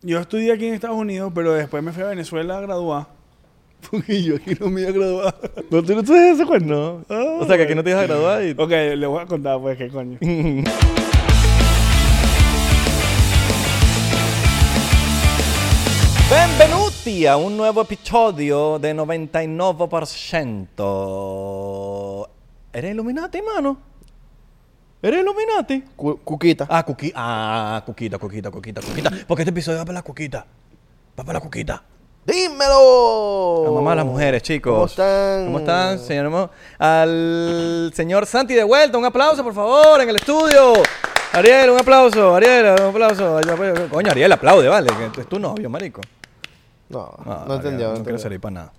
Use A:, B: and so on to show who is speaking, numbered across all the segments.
A: Yo estudié aquí en Estados Unidos, pero después me fui a Venezuela a graduar.
B: Porque yo aquí no me iba a graduar. No, tú no te das ese cuerno.
A: Ah,
B: o sea, que aquí no te ibas a graduar y...
A: Ok, le voy a contar, pues, qué coño.
B: Benvenuti a un nuevo episodio de 99%. ¿Eres Illuminati, mano? ¿Eres Illuminati?
C: Cu- cuquita.
B: Ah, cuqui ah, cuquita, cuquita, cuquita, cuquita. Porque este episodio va para la cuquita. Va para la cuquita.
C: ¡Dímelo!
B: La mamá de las mujeres, chicos.
C: ¿Cómo están?
B: ¿Cómo están, señor? Mo- Al señor Santi de vuelta, un aplauso, por favor, en el estudio. Ariel, un aplauso, Ariel, un aplauso. pues, Coño, Ariel, aplaude, vale. que Es tu novio, marico.
C: No,
B: Ah,
C: no
B: Ariel,
C: entendió.
B: No quiero
C: entendió.
B: servir para nada.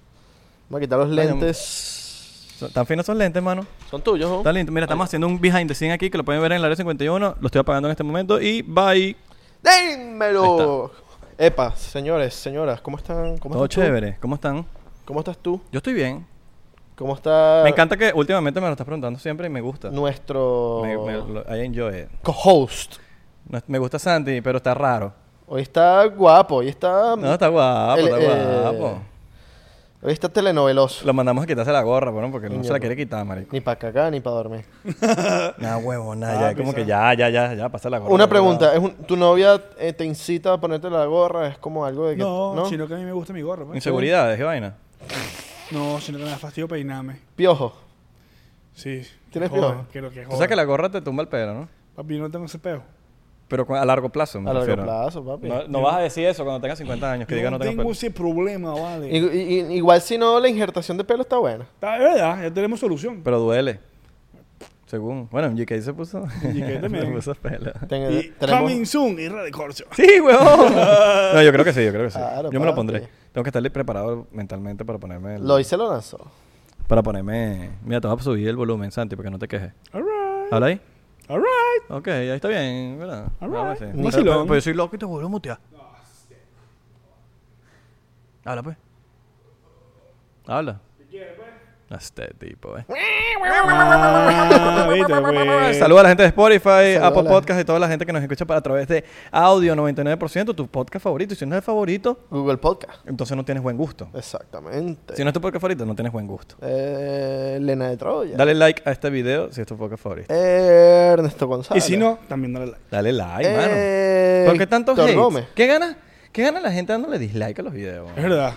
C: Voy a quitar los lentes.
B: So- Tan finos son lentes, mano.
C: Son tuyos, ¿no?
B: Está lindo. Mira, estamos haciendo un behind the scene aquí que lo pueden ver en el área 51. Lo estoy apagando en este momento. Y bye.
C: ¡Dímelo! Epa, señores, señoras, ¿cómo están? ¿Cómo
B: Todo
C: estás tú?
B: chévere. ¿Cómo están?
C: ¿Cómo estás tú?
B: Yo estoy bien.
C: ¿Cómo está
B: Me encanta que últimamente me lo estás preguntando siempre y me gusta.
C: nuestro
B: Me, me, lo- I enjoy it.
C: co-host?
B: No, me gusta Santi, pero está raro.
C: Hoy está guapo, hoy está,
B: No, está guapo,
C: El-
B: está
C: eh,
B: guapo.
C: hoy está telenoveloso.
B: Lo mandamos a quitarse la gorra, bueno, porque no
C: Coño,
B: se la
C: no.
B: quiere quitar, marico.
C: Ni para cagar ni para dormir.
B: Nada, huevo, nada, ya,
A: Papi,
B: como que
A: ¿sabes?
B: ya, ya, ya, ya, pasa la gorra.
C: Ah, Una
B: ya,
C: pregunta, ¿es un- ¿tu novia eh, te incita a ponerte la gorra? ¿Es como algo de que...?
A: No, sino que a mí me gusta mi gorro.
B: ya.
A: pues.
B: Inseguridades, qué vaina.
A: No, sino que me da fastidio peinarme.
C: Piojo.
A: Sí.
C: ¿Tienes
A: Joder,
C: piojo?
A: Que lo que
B: O
A: joder.
B: sea que la gorra te tumba el pelo, ¿no?
A: Papi, yo no tengo ese peo.
B: Pero con- a largo plazo, me
C: A largo
B: refiero.
C: plazo, papi.
B: No, no vas a decir eso cuando tengas 50 años, que diga no
A: no
B: tengo
A: tengo
B: pelo.
A: ese problema, vale.
C: I- i- igual si no, la injertación de pelo está buena.
A: Está- Es verdad, ya tenemos solución.
B: Pero duele. Según. Bueno, en GK se puso.
A: GK también.
B: se puso pelo.
C: Ten-
B: eh,
A: Y
C: tenemos-
A: coming soon y Radicorcio.
B: Sí, huevón. no, yo creo que sí, yo creo que sí.
C: Claro,
B: yo me lo
C: papi.
B: pondré. Tengo que estar preparado mentalmente para ponerme. el-
C: Lo hice, lo lanzó.
B: Para ponerme. Mira, te vas a subir el volumen, Santi, porque no te quejes.
A: Alright.
B: ¿Habla ahí?
A: Alright.
B: Ok, ahí está bien, ¿verdad?
A: Alright.
B: Vamos a ver.
A: No
B: Pero-
A: soy
B: pero-
A: loco.
B: pero yo soy loco y te vuelvo a mutear. Habla, pues. Habla. Este tipo, eh.
A: Ah, viste, pues.
B: Saluda a la gente de Spotify,
C: Saluda
B: Apple
C: Eh, a la-
B: Podcast y toda la gente que nos escucha pa- a través de audio 99%, tu podcast favorito. Y si no es el favorito,
C: Google Podcast.
B: entonces no tienes buen gusto.
C: Eh, Exactamente.
B: Si no es tu podcast favorito, no tienes buen gusto.
C: Eh, Elena de Troya.
B: Dale like a este video si es tu podcast favorito.
C: Eh, Ernesto
B: pues.
C: González.
A: Y si no, también dale like.
B: Dale like, mano.
C: Eh,
B: ¿Por qué tantos
C: Héctor
B: hates?
C: Gómez.
B: ¿Qué gana? ¿Qué gana la gente dándole dislike a los videos?
A: Es verdad.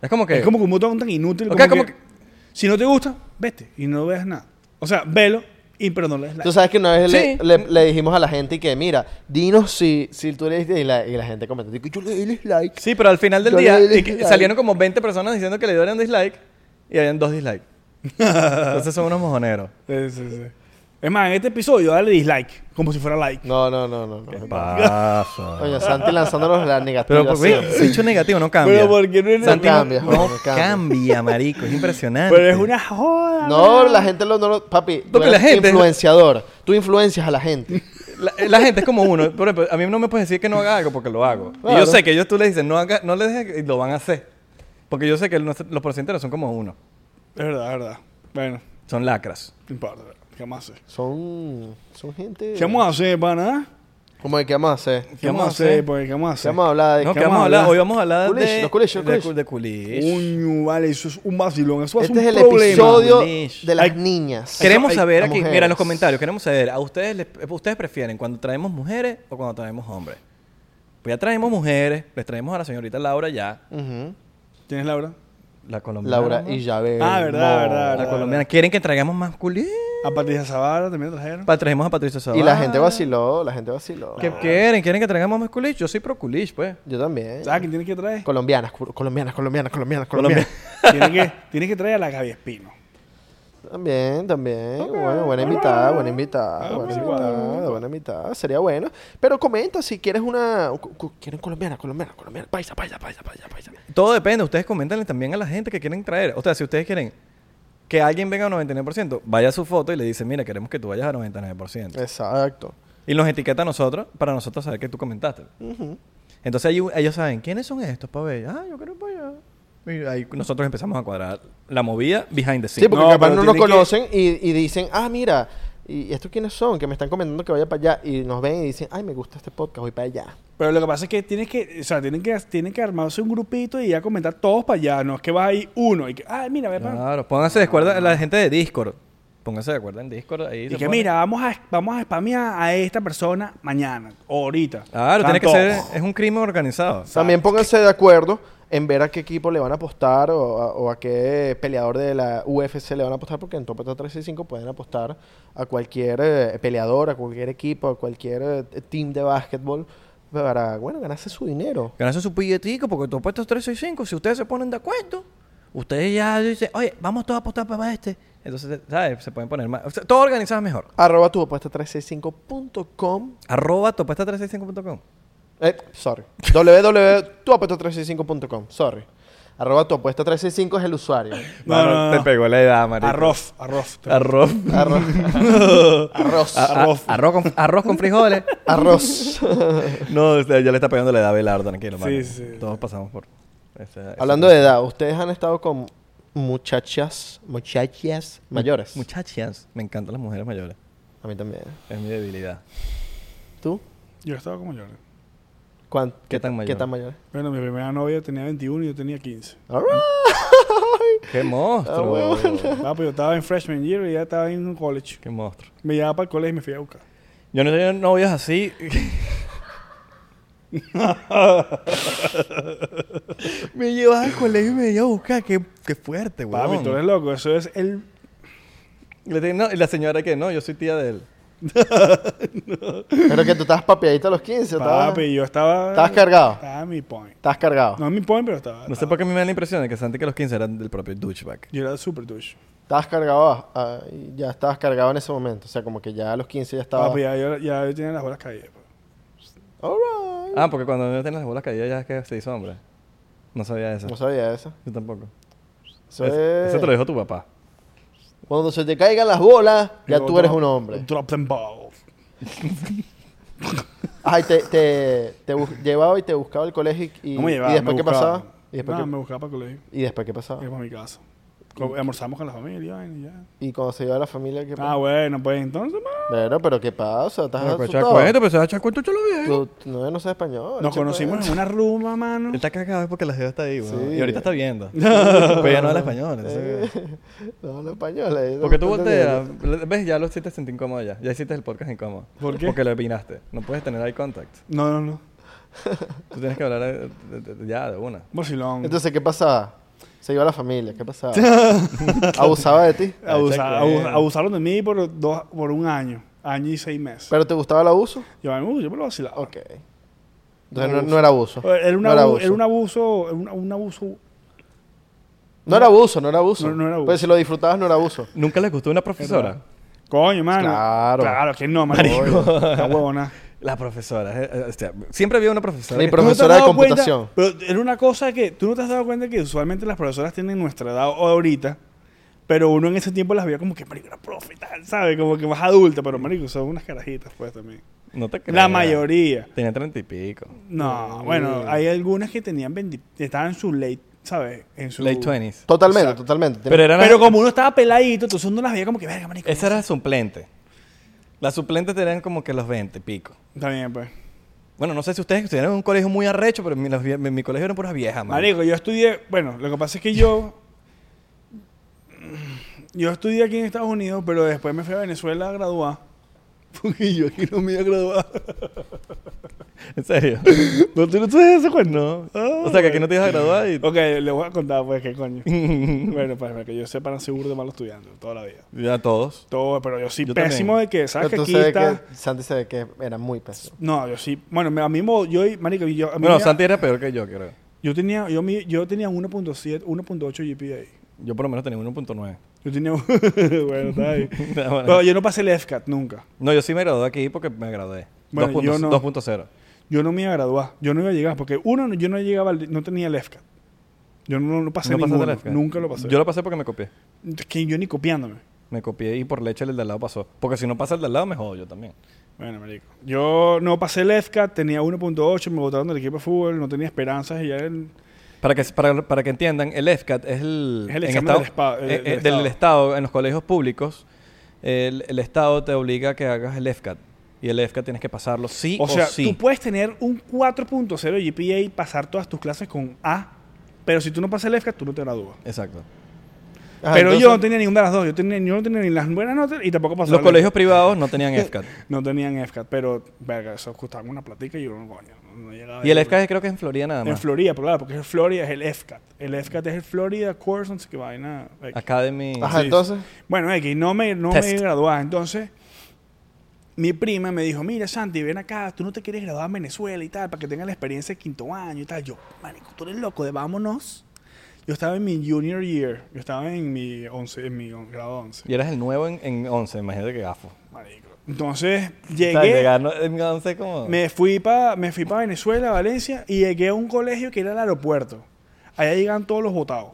B: Es como que.
A: Es como que un botón tan inútil.
B: Ok,
A: como
B: como
A: que,
B: que-
A: Si no te gusta, vete y no veas nada. O sea, velo y pero no le des like.
C: Tú sabes que una vez le,
B: Sí.
C: le- le dijimos a la gente y que, mira, dinos si, si tú le diste y la, y la gente comentó, digo, yo le di dislike.
B: Sí, pero al final del
C: Yo le
B: día
C: di
B: y que-
C: dislike.
B: salieron como 20 personas diciendo que le dieron dislike y habían dos dislikes. Entonces son unos mojoneros.
A: Sí, sí, sí. Es más, en este episodio dale dislike, como si fuera like.
C: No, no, no, no. no.
B: Pasa.
C: Oye, Santi lanzándonos la negativa.
B: Pero pues, por
C: siempre.
B: qué? dicho negativo no cambia.
A: Pero porque no es-
B: Santi
C: No cambia,
B: No
C: no cambia.
B: cambia, marico. Es impresionante.
A: Pero es una joda.
C: No, la gente lo, no lo- Papi, tú
B: Porque la
C: eres
B: gente-
C: influenciador. Tú influencias a la gente.
B: La, la gente es como uno. Por ejemplo, a mí no me puedes decir que no haga algo porque lo hago. Y
C: Claro.
B: yo sé que ellos tú le dices, no, haga, no le dejes y lo van a hacer. Porque yo sé que los, los porcenteros son como uno.
A: Es verdad, es verdad. Bueno,
B: Son lacras.
A: no importa. ¿Qué más hacer?
C: Son, son gente...
A: ¿Qué vamos a hacer, pana?
C: ¿Cómo de qué vamos a hacer?
A: ¿Qué vamos a hacer? Pues, ¿Qué vamos a
C: ¿Qué
A: hacer?
C: vamos a hablar? ¿De
B: No,
C: qué
B: que vamos a hablar. Hoy vamos a hablar
C: Coolidge,
B: de.
C: los coolidge, los
B: de
C: coolidge.
B: cu- de coolidge.
A: Coño, vale, eso es un vacilón. Eso
C: Este es
A: es un
C: el
A: problema.
C: episodio
B: Coolidge.
C: de las
A: Ay,
C: niñas.
B: Queremos
C: Ay,
B: saber
C: las
B: aquí, mira,
C: mujeres.
B: en los comentarios, queremos saber, ¿a ustedes les- ustedes prefieren cuando traemos mujeres o cuando traemos hombres? Pues ya traemos mujeres, les traemos a la señorita Laura ya,
C: Ujú.
A: ¿Tienes Laura?
B: la colombiana.
C: Laura
B: ¿no?
C: y Yabel.
A: Ah, verdad, verdad,
B: La
A: verdad.
B: colombiana. ¿Quieren que traigamos más culi?
A: A Patricia Zavala también la trajeron.
B: Pa- traemos a Patricia Zavala.
C: Y
A: Ah.
C: la gente vaciló, la gente vaciló.
B: ¿Qué quieren? ¿Quieren que traigamos más culich? Yo soy pro culich, pues.
C: Yo también.
A: ¿Sabes quién tienes que traer?
C: Colombianas, cu- colombianas, colombianas, colombianas,
B: Colombia.
A: tienes,
C: colombianas.
A: que, tienes que traer a la Gaby Espino.
C: También, también. Bueno, buena invitada, buena invitada,
A: Ah,
C: buena
A: sí,
C: invitada, buena invitada. Sería bueno. Pero comenta si quieres una... cu- cu- Quieren colombiana, colombiana, colombiana. Paisa, paisa, paisa, paisa, paisa.
B: Todo depende. Ustedes comentenle también a la gente que quieren traer. O sea, si ustedes quieren que alguien venga a 99%, vaya a su foto y le dice, mira, queremos que tú vayas a 99%.
C: Eh. Exacto.
B: Y los etiqueta a nosotros para nosotros saber que tú comentaste. Entonces ahí u- ellos saben, ¿quiénes son estos para ver? Ah, yo quiero ir para allá. Y ahí nosotros empezamos a cuadrar la movida behind the
C: Sí, pues.
B: scenes.
C: porque
A: No,
C: capaz
A: pero
C: no nos
A: tiene que-
C: conocen y, y dicen, ah, mira, ¿Y y estos quiénes son? Que me están comentando que vaya para allá. Y nos ven y dicen, ay, me gusta este podcast, voy para allá.
A: Pero lo que pasa es que tienes que, o sea, tienen que, tienen que armarse un grupito y ya comentar todos para allá. No es que vas ahí uno y que, ay, mira, ve para.
B: Claro, pónganse de acuerdo, la gente de Discord. Pónganse de acuerdo en Discord. Ahí
A: Y
B: se
A: que
B: pone.
A: mira, vamos a, vamos a spamear a esta persona mañana, o ahorita.
B: Claro,
A: Están
B: tiene que ser,
A: todos.
B: es un crimen organizado.
C: También pónganse de acuerdo en ver a qué equipo le van a apostar o a, o a qué peleador de la UFC le van a apostar, porque en Topeta 365 pueden apostar a cualquier eh, peleador, a cualquier equipo, a cualquier eh, team de básquetbol para, bueno, ganarse su dinero.
B: Ganarse su pilletico porque tu puesto es 365. Si ustedes se ponen de acuerdo, ustedes ya dicen, oye, vamos todos a apostar para este. Entonces, ¿sabes? Se pueden poner más. o sea, todo organizado es mejor.
C: Arroba tu apuesta 365.com.
B: Arroba topesta365.com.
C: Eh, sorry. www.tuapuesta365.com. Sorry. Arroba tu apuesta 365 es el usuario.
A: No, no, no, no.
B: Te pegó la edad, marico.
A: Arroz, arroz.
B: Arroz.
C: Arroz. Arroz.
B: A- a-
A: Arroz.
B: arroz, con, arroz con frijoles.
C: Arroz.
B: No, o sea, ya le está pegando la edad a Belardo, tranquilo,
A: Sí,
B: marico.
A: sí.
B: Todos pasamos por... esa- esa-
C: Hablando de edad, ¿ustedes han estado con muchachas, muchachas mayores?
B: Muchachas. Me encantan las mujeres mayores.
C: A mí también.
B: Es mi debilidad.
C: ¿Tú?
A: Yo estaba como yo.
C: ¿Cuán-
B: ¿Qué tan mayor?
C: ¿Qué tan mayores?
A: Bueno, mi primera novia tenía 21 y yo tenía 15.
B: ¡Qué monstruo!
C: Ah, bueno.
B: huevón!
A: Ah, pues yo estaba en freshman year y ya estaba en un college.
B: ¡Qué monstruo!
A: Me llevaba para el colegio y me fui a buscar.
B: Yo no tenía novias así. me llevaba al colegio y me iba a buscar. ¡Qué, qué fuerte,
A: Papi,
B: weón!
A: tú eres loco. Eso es el...
B: Le dije, no, y la señora que no, yo soy tía de él.
C: Pero que tú estabas papiadito a los 15. estabas-
A: Papi, yo estaba...
C: Estabas cargado.
A: Estaba en mi point.
C: Estabas cargado.
A: No en mi point, pero estaba...
B: No sé por qué a mí me da la impresión de que Santi que los 15 eran del propio douchebag.
A: Yo era súper douche.
C: Estabas cargado. ah, ah, y ya estabas cargado en ese momento. O sea, como que ya a los 15 ya estabas.
A: Papi, ya, yo- ya yo tenía las bolas caídas. pues.
C: All right.
B: Ah, porque cuando no tenía las bolas caídas ya es que se hizo hombre. No sabía eso.
C: No sabía eso.
B: Yo tampoco.
C: Eso
B: Es-
C: es-
B: Eso te lo dijo tu papá.
C: Cuando se te caigan las bolas, ya
A: Yo
C: tú eres
A: drop-
C: un hombre.
A: Drop them balls.
C: Ay, te, te, te bus- llevaba y te buscaba el colegio y, y-
A: ¿Cómo
C: y
A: llevaba?
C: después
A: Me
C: qué
A: buscaba.
C: pasaba. ¿Y después,
A: Nada,
C: qué,
A: me buscaba para el colegio.
C: y después qué pasaba.
A: Íbamos a mi casa. Co- Almorzamos con la familia y ya.
C: Y cuando se iba la familia, ¿qué
A: Ah,
C: pasaba?
A: bueno, pues entonces... ma,
C: Pero, pero ¿qué pasa? ¿Estás
B: Pero echa
C: asustado?
B: pues, cuento, pues. pero se va a echar cuento chulo bien.
C: Tú tú no, no sabes español. pues.
A: Nos
C: echa
A: conocimos en
C: cuento.
A: una rumba, mano.
B: Él está cagado es porque la jeva está ahí, weón.
C: Sí.
B: Y ahorita está viendo. Pero ya no habla español. entonces-
C: No hablo español. eh,
B: Porque tú
C: no
B: volteas.
C: entendí.
B: ¿Ves? Ya lo hiciste sentir incómodo ya. Ya hiciste el podcast incómodo.
A: ¿Por qué?
B: Porque lo opinaste. No puedes tener eye contact.
A: No, no, no.
B: Tú tienes que hablar eh, de- de- de- ya de una.
A: Barcelona.
C: Entonces, ¿qué pasaba? Se iba la familia. ¿Qué pasaba? Abusaba de ti.
A: Abusa-
B: Ah, check.
C: eh.
A: abu- abusaron de mí por, dos, por un año, año y seis meses.
C: ¿Pero te gustaba el abuso?
A: yo, uh, yo me lo vacilaba.
C: Ok. Entonces, no, no era abuso.
A: Era, un
C: no era
A: abu-
C: abuso.
A: era un abuso, era un, un abuso.
C: No era abuso, no era abuso.
A: No, no era abuso.
C: Pues si lo disfrutabas, no era abuso.
B: ¿Nunca les gustó una profesora?
A: Coño, mano.
C: Claro.
A: Ah, Claro, que no, marico. La huevona.
B: La profesora. eh, eh, o sea, siempre había una profesora.
C: Mi
B: que-
C: profe-
A: ¿Tú no te has
C: Profesora de
A: dado cuenta?
C: computación.
A: pero era una cosa que tú no te has dado cuenta que usualmente las profesoras tienen nuestra edad o ahorita, pero uno en ese tiempo las veía como que, marico, era profe y tal, ¿sabes? Como que más adulta, pero marico, son unas carajitas, pues también.
B: No te
A: La
B: creas.
A: mayoría.
B: Tenía treinta y pico.
C: Mm.
A: No, bueno, hay algunas que tenían 20, estaban en su late, ¿sabes? En su
B: Late 20s.
C: Totalmente,
A: Exacto.
C: totalmente.
B: Pero eran.
A: Pero como uno estaba peladito, entonces uno las veía como que, verga, marico.
B: Esa era suplente. Las suplentes tenían como que los 20 y pico.
A: Está bien, pues.
B: Bueno, no sé si ustedes estudiaron en un colegio muy arrecho, pero mi, las vie- mi- mi colegio eran puras viejas, man.
A: Marico, yo estudié, bueno, lo que pasa es que yo... Yo estudié aquí en Estados Unidos, pero después me fui a Venezuela a graduar. Porque yo aquí no me iba a graduar.
B: En serio.
A: ¿No te eso, cuando
B: no. O sea, que aquí no te ibas a graduar y...
A: Ok, les voy a contar, pues, qué coño. bueno, pues, para que yo sepa, no seguro de malo estudiando toda la vida.
B: Ya todos.
A: Todo, pero yo sí
B: Yo
A: pésimo de
B: también.
A: que, ¿sabes?
C: Pero
A: Que
C: tú
A: aquí
C: sabes
A: está...
C: que Santi se ve que era muy pesado.
A: No, yo sí. Bueno, me- a mí, mo- yo, y- marico, yo... A mí
B: Bueno,
A: me-
B: Santi era peor que yo, creo.
A: Yo tenía, yo, mi- yo tenía 1.7, 1.8 GPA.
B: Yo por lo menos tenía 1.9.
A: Yo tenía... bueno, está ahí. Pero yo no pasé el FCAT nunca.
B: No, yo sí me gradué aquí porque me gradué.
A: Bueno,
B: 2.0.
A: yo no.
B: 2.0.
A: Yo no me iba a graduar. Yo no iba a llegar. Porque, uno, no- yo no llegaba... al- No tenía el FCAT. Yo no, no pasé
B: ¿No pasaste
A: ninguno.
B: la FCAT?
A: Nunca lo pasé.
B: Yo lo pasé porque me copié.
A: Es que yo ni copiándome.
B: Me copié y por leche el de al lado pasó. Porque si no pasa el de al lado, me jodo yo también.
A: Bueno, marico. Yo no pasé el FCAT. Tenía 1.8. Me botaron del equipo de fútbol. No tenía esperanzas. Y ya el...
B: Para que, para, para que entiendan, el EFCAT es el,
A: Es el
B: en
A: examen del espa-
B: eh,
A: del-
B: eh,
A: del
B: del
A: estado.
B: estado en los colegios públicos el, el Estado te obliga a que hagas el EFCAT. Y el EFCAT tienes que pasarlo sí o,
A: O sea,
B: sí.
A: tú puedes tener un 4.0 GPA y pasar todas tus clases con A, pero si tú no pasas el EFCA, tú no te gradúas.
B: Exacto.
C: Ajá,
A: pero
C: entonces-
A: yo no tenía ninguna de las dos. Yo, tenía, yo no tenía ni las buenas notas y tampoco pasaba.
B: Los
A: el
B: colegios privados no tenían EFCAT.
A: EFCAT. No tenían EFCAT, pero, verga, eso costaba una platica y yo no, coño, no llegaba.
B: Y el
A: ahí.
B: EFCAT creo que es en Florida nada
A: En
B: más.
A: Florida, pero claro, porque es Florida es el EFCAT. El EFCAT es el Florida Course, no sé qué vaina. X.
B: Academy.
C: Ajá,
A: Sí.
C: entonces.
A: Bueno, X, no me, no me
B: Test.
A: graduaba. Entonces, mi prima me dijo, mira, Santi, ven acá, tú no te quieres graduar en Venezuela y tal, para que tengas la experiencia de quinto año y tal. Yo, marico, tú eres loco, de vámonos. Yo estaba en mi junior year. Yo estaba en mi, 11, en mi on- grado 11.
B: Y eras el nuevo en, en 11, imagínate que gafo.
A: Marico. Entonces,
B: O sea,
A: llegué,
B: llegar no- en 11 como...
A: me fui para me fui pa Venezuela, Valencia, y llegué a un colegio que era el aeropuerto. Allá llegaban todos los votados.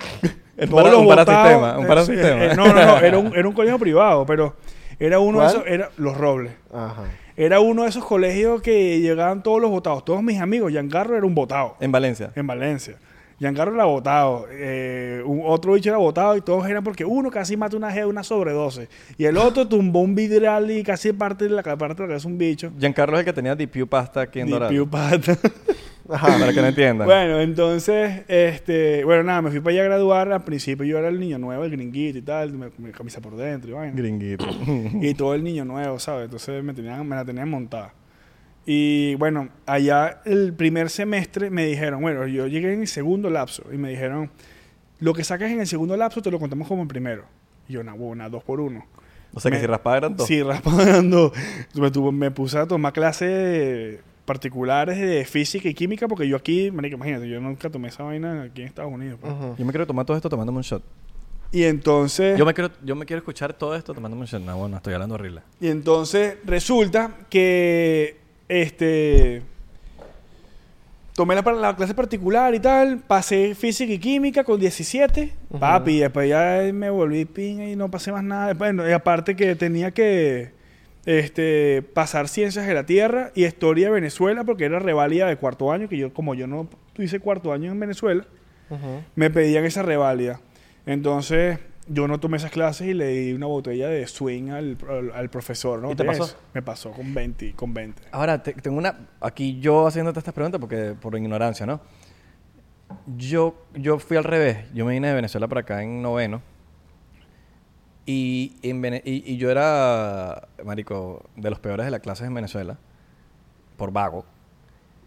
B: un
A: Todos
B: para-
A: los
B: un parasistema.
A: botados,
B: Un
A: eh,
B: parasistema.
A: eh, eh, no, no, no, era un, era un colegio privado, pero era uno
C: ¿Cuál?
A: de esos, era Los Robles.
C: Ajá.
A: Era uno de esos colegios que llegaban todos los votados. Todos mis amigos, Yangarro era un votado
B: En Valencia.
A: en Valencia. Yangarro era votado, eh, un- otro bicho era votado y todos eran porque uno casi mata una G, una sobredose. Y el otro tumbó un vidral y casi parte de la, parte de la cabeza un bicho.
B: Giancarlo es el que tenía DPU pasta aquí en
A: Ni
B: Dorado.
A: piu pata.
B: Para que no entiendan.
A: Bueno, entonces, este, bueno, nada, me fui para allá a graduar. Al principio yo era el niño nuevo, el gringuito y tal, me, mi camisa por dentro y vaina.
B: Gringuito.
A: Y todo el niño nuevo, ¿sabes? Entonces me, tenían, me la tenían montada. Y bueno, allá el primer semestre me dijeron, bueno, yo llegué en el segundo lapso y me dijeron, lo que sacas en el segundo lapso te lo contamos como en primero. Y yo, una buena, dos por uno.
B: o sea que
A: Me-
B: si raspaba eran dos.
A: Sí, raspando. Me, tuve- me puse a tomar clases particulares de física y química porque yo aquí, marica, imagínate, yo nunca tomé esa vaina aquí en Estados Unidos. pues.
C: Ujú.
B: Yo me quiero tomar todo esto tomándome un shot.
A: Y entonces...
B: Yo me quiero, yo me quiero escuchar todo esto tomándome un shot. No, bueno, estoy hablando horrible.
A: Y entonces resulta que este tomé la, par- la clase particular y tal, pasé física y química con 17, papi, y después ya me volví pinga y no pasé más nada. Bueno, y aparte que tenía que este, pasar ciencias de la tierra y historia de Venezuela porque era reválida de cuarto año, que yo como yo no hice cuarto año en Venezuela,
C: Ujú.
A: me pedían esa reválida. Entonces, yo no tomé esas clases y le di una botella de swing al, al- al profesor, ¿no?
B: ¿Y te
A: Botella de
B: pasó?
A: swing. Me pasó con 20, con 20.
B: Ahora, te- tengo una... Aquí yo haciéndote estas preguntas porque por ignorancia, ¿no? Yo, yo fui al revés. Yo me vine de Venezuela para acá en noveno. Y, en Vene- y, y yo era, marico, de los peores de las clases en Venezuela. Por vago.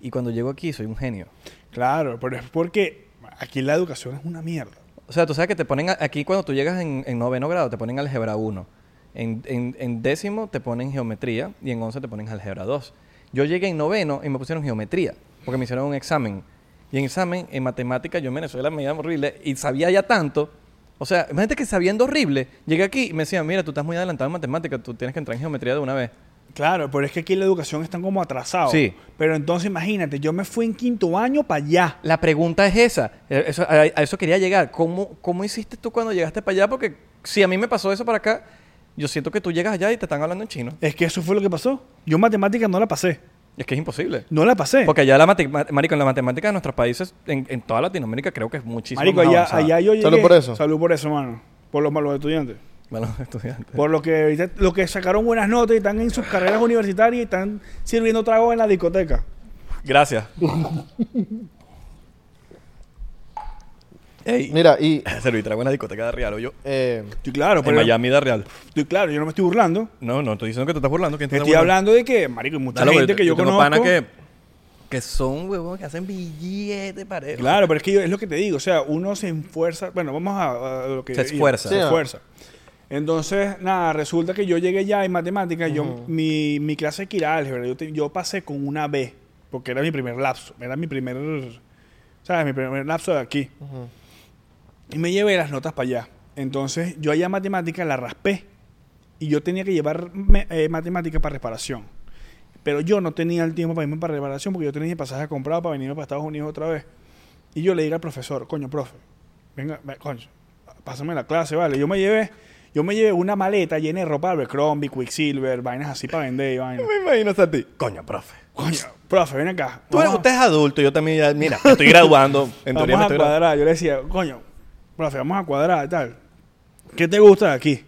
B: Y cuando llego aquí soy un genio.
A: Claro, pero es porque aquí la educación es una mierda.
B: O sea, tú sabes que te ponen... a- aquí cuando tú llegas en, en noveno grado te ponen álgebra 1. En, en- en décimo te ponen geometría y en once te ponen álgebra 2. Yo llegué en noveno y me pusieron geometría porque me hicieron un examen. Y en examen, en matemática, yo en Venezuela me iba horrible y sabía ya tanto. O sea, imagínate que sabiendo horrible, llegué aquí y me decían, mira, tú estás muy adelantado en matemática, tú tienes que entrar en geometría de una vez.
A: Claro, pero es que aquí la educación están como atrasados.
B: Sí.
A: Pero entonces imagínate, yo me fui en quinto año para allá.
B: La pregunta es esa. Eh, eso- a, a eso quería llegar. ¿Cómo, ¿Cómo hiciste tú cuando llegaste para allá? Porque si a mí me pasó eso para acá, yo siento que tú llegas allá y te están hablando en chino.
A: Es que eso fue lo que pasó. Yo matemáticas no la pasé.
B: Es que es imposible.
A: No la pasé.
B: Porque allá la matemática, marico, en la matemática de nuestros países, en, en toda Latinoamérica, creo que es muchísimo
A: Marico,
B: más
A: allá,
B: avanzada.
A: allá yo llegué.
C: Salud por eso.
A: Salud por eso, mano. Por los malos estudiantes.
B: Bueno, estudiantes.
A: Por lo que, ahorita- lo que sacaron buenas notas y están en sus carreras universitarias y están sirviendo trago en la discoteca.
B: Gracias. Ey,
C: Mira, y.
B: serví trago en la discoteca de Real, o yo.
C: eh,
A: Estoy claro,
B: En
A: pero
B: Miami de Real.
A: estoy claro, yo no me estoy burlando.
B: No, no, estoy diciendo que te estás burlando. ¿quién te
A: Estoy
B: está burlando?
A: hablando de que, marico, hay mucha
B: Claro,
A: gente
B: pero
A: que yo,
B: tengo
A: conozco.
B: panas que, que son huevos que hacen billetes, parejo.
A: Claro, pero es que yo, es lo que te digo, o sea, uno se esfuerza, bueno, vamos a, a lo que
B: Se esfuerza.
A: Se
C: Sí, ¿no?
A: esfuerza. Entonces, nada, resulta que yo llegué ya en matemáticas, yo mi, mi clase de quira álgebra, yo, te- yo pasé con una B, porque era mi primer lapso, era mi primer, ¿sabes? Mi primer lapso de aquí.
C: ujú.
A: Y me llevé las notas para allá. Entonces, yo allá matemática la raspé. Y yo tenía que llevar me- eh, matemática para reparación. Pero yo no tenía el tiempo para irme para reparación porque yo tenía mi pasaje comprado para venirme para Estados Unidos otra vez. Y yo le dije al profesor, coño, profe, venga, ve- coño, pásame la clase, vale. Yo me llevé, yo me llevé una maleta llena de ropa de Crombie, Quicksilver, vainas así para vender y vainas.
B: Me imagino a ti. Coño, profe.
A: Coño, profe, ven acá.
B: Tú eres,
A: Vamos-
B: usted es adulto, yo también ya, mira, me estoy graduando. En teoría me
A: vamos a
B: estoy graduando.
A: cuadrar. Yo le decía, coño, profe, vamos a cuadrar y tal. ¿Qué te gusta de aquí?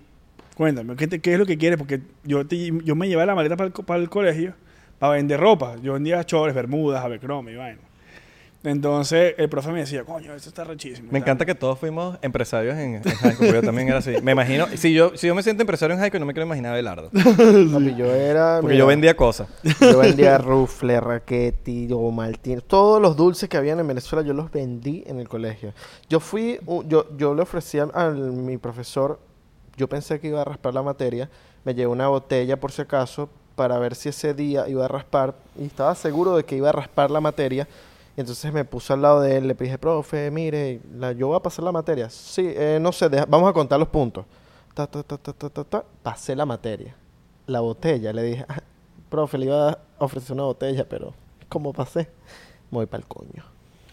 A: Cuéntame, ¿qué, te- qué es lo que quieres? Porque yo, te- yo me llevaba la maleta para el, co- para el colegio para vender ropa. Yo vendía chores, bermudas, avecromo y vaina. Entonces el profe me decía, coño, esto está rechísimo.
B: Me encanta que todos fuimos empresarios en, en high school, Yo también era así. Me imagino, si yo, si yo me siento empresario en high school, no me quiero imaginar a Belardo.
C: Papi, yo era.
B: Porque
C: mira,
B: yo vendía cosas.
C: Yo vendía rufle, raquetti, o maltín. Todos los dulces que habían en Venezuela yo los vendí en el colegio. Yo fui, u- yo, yo le ofrecí a, a mi profesor, yo pensé que iba a raspar la materia, me llevé una botella por si acaso para ver si ese día iba a raspar y estaba seguro de que iba a raspar la materia. Y entonces me puse al lado de él, le dije, profe, mire, la, yo voy a pasar la materia. Sí, eh, no sé, deja- vamos a contar los puntos. Ta, ta, ta, ta, ta, ta, ta. Pasé la materia. La botella, le dije, "Ah, profe, le iba a ofrecer una botella, pero como pasé? Me voy para el coño.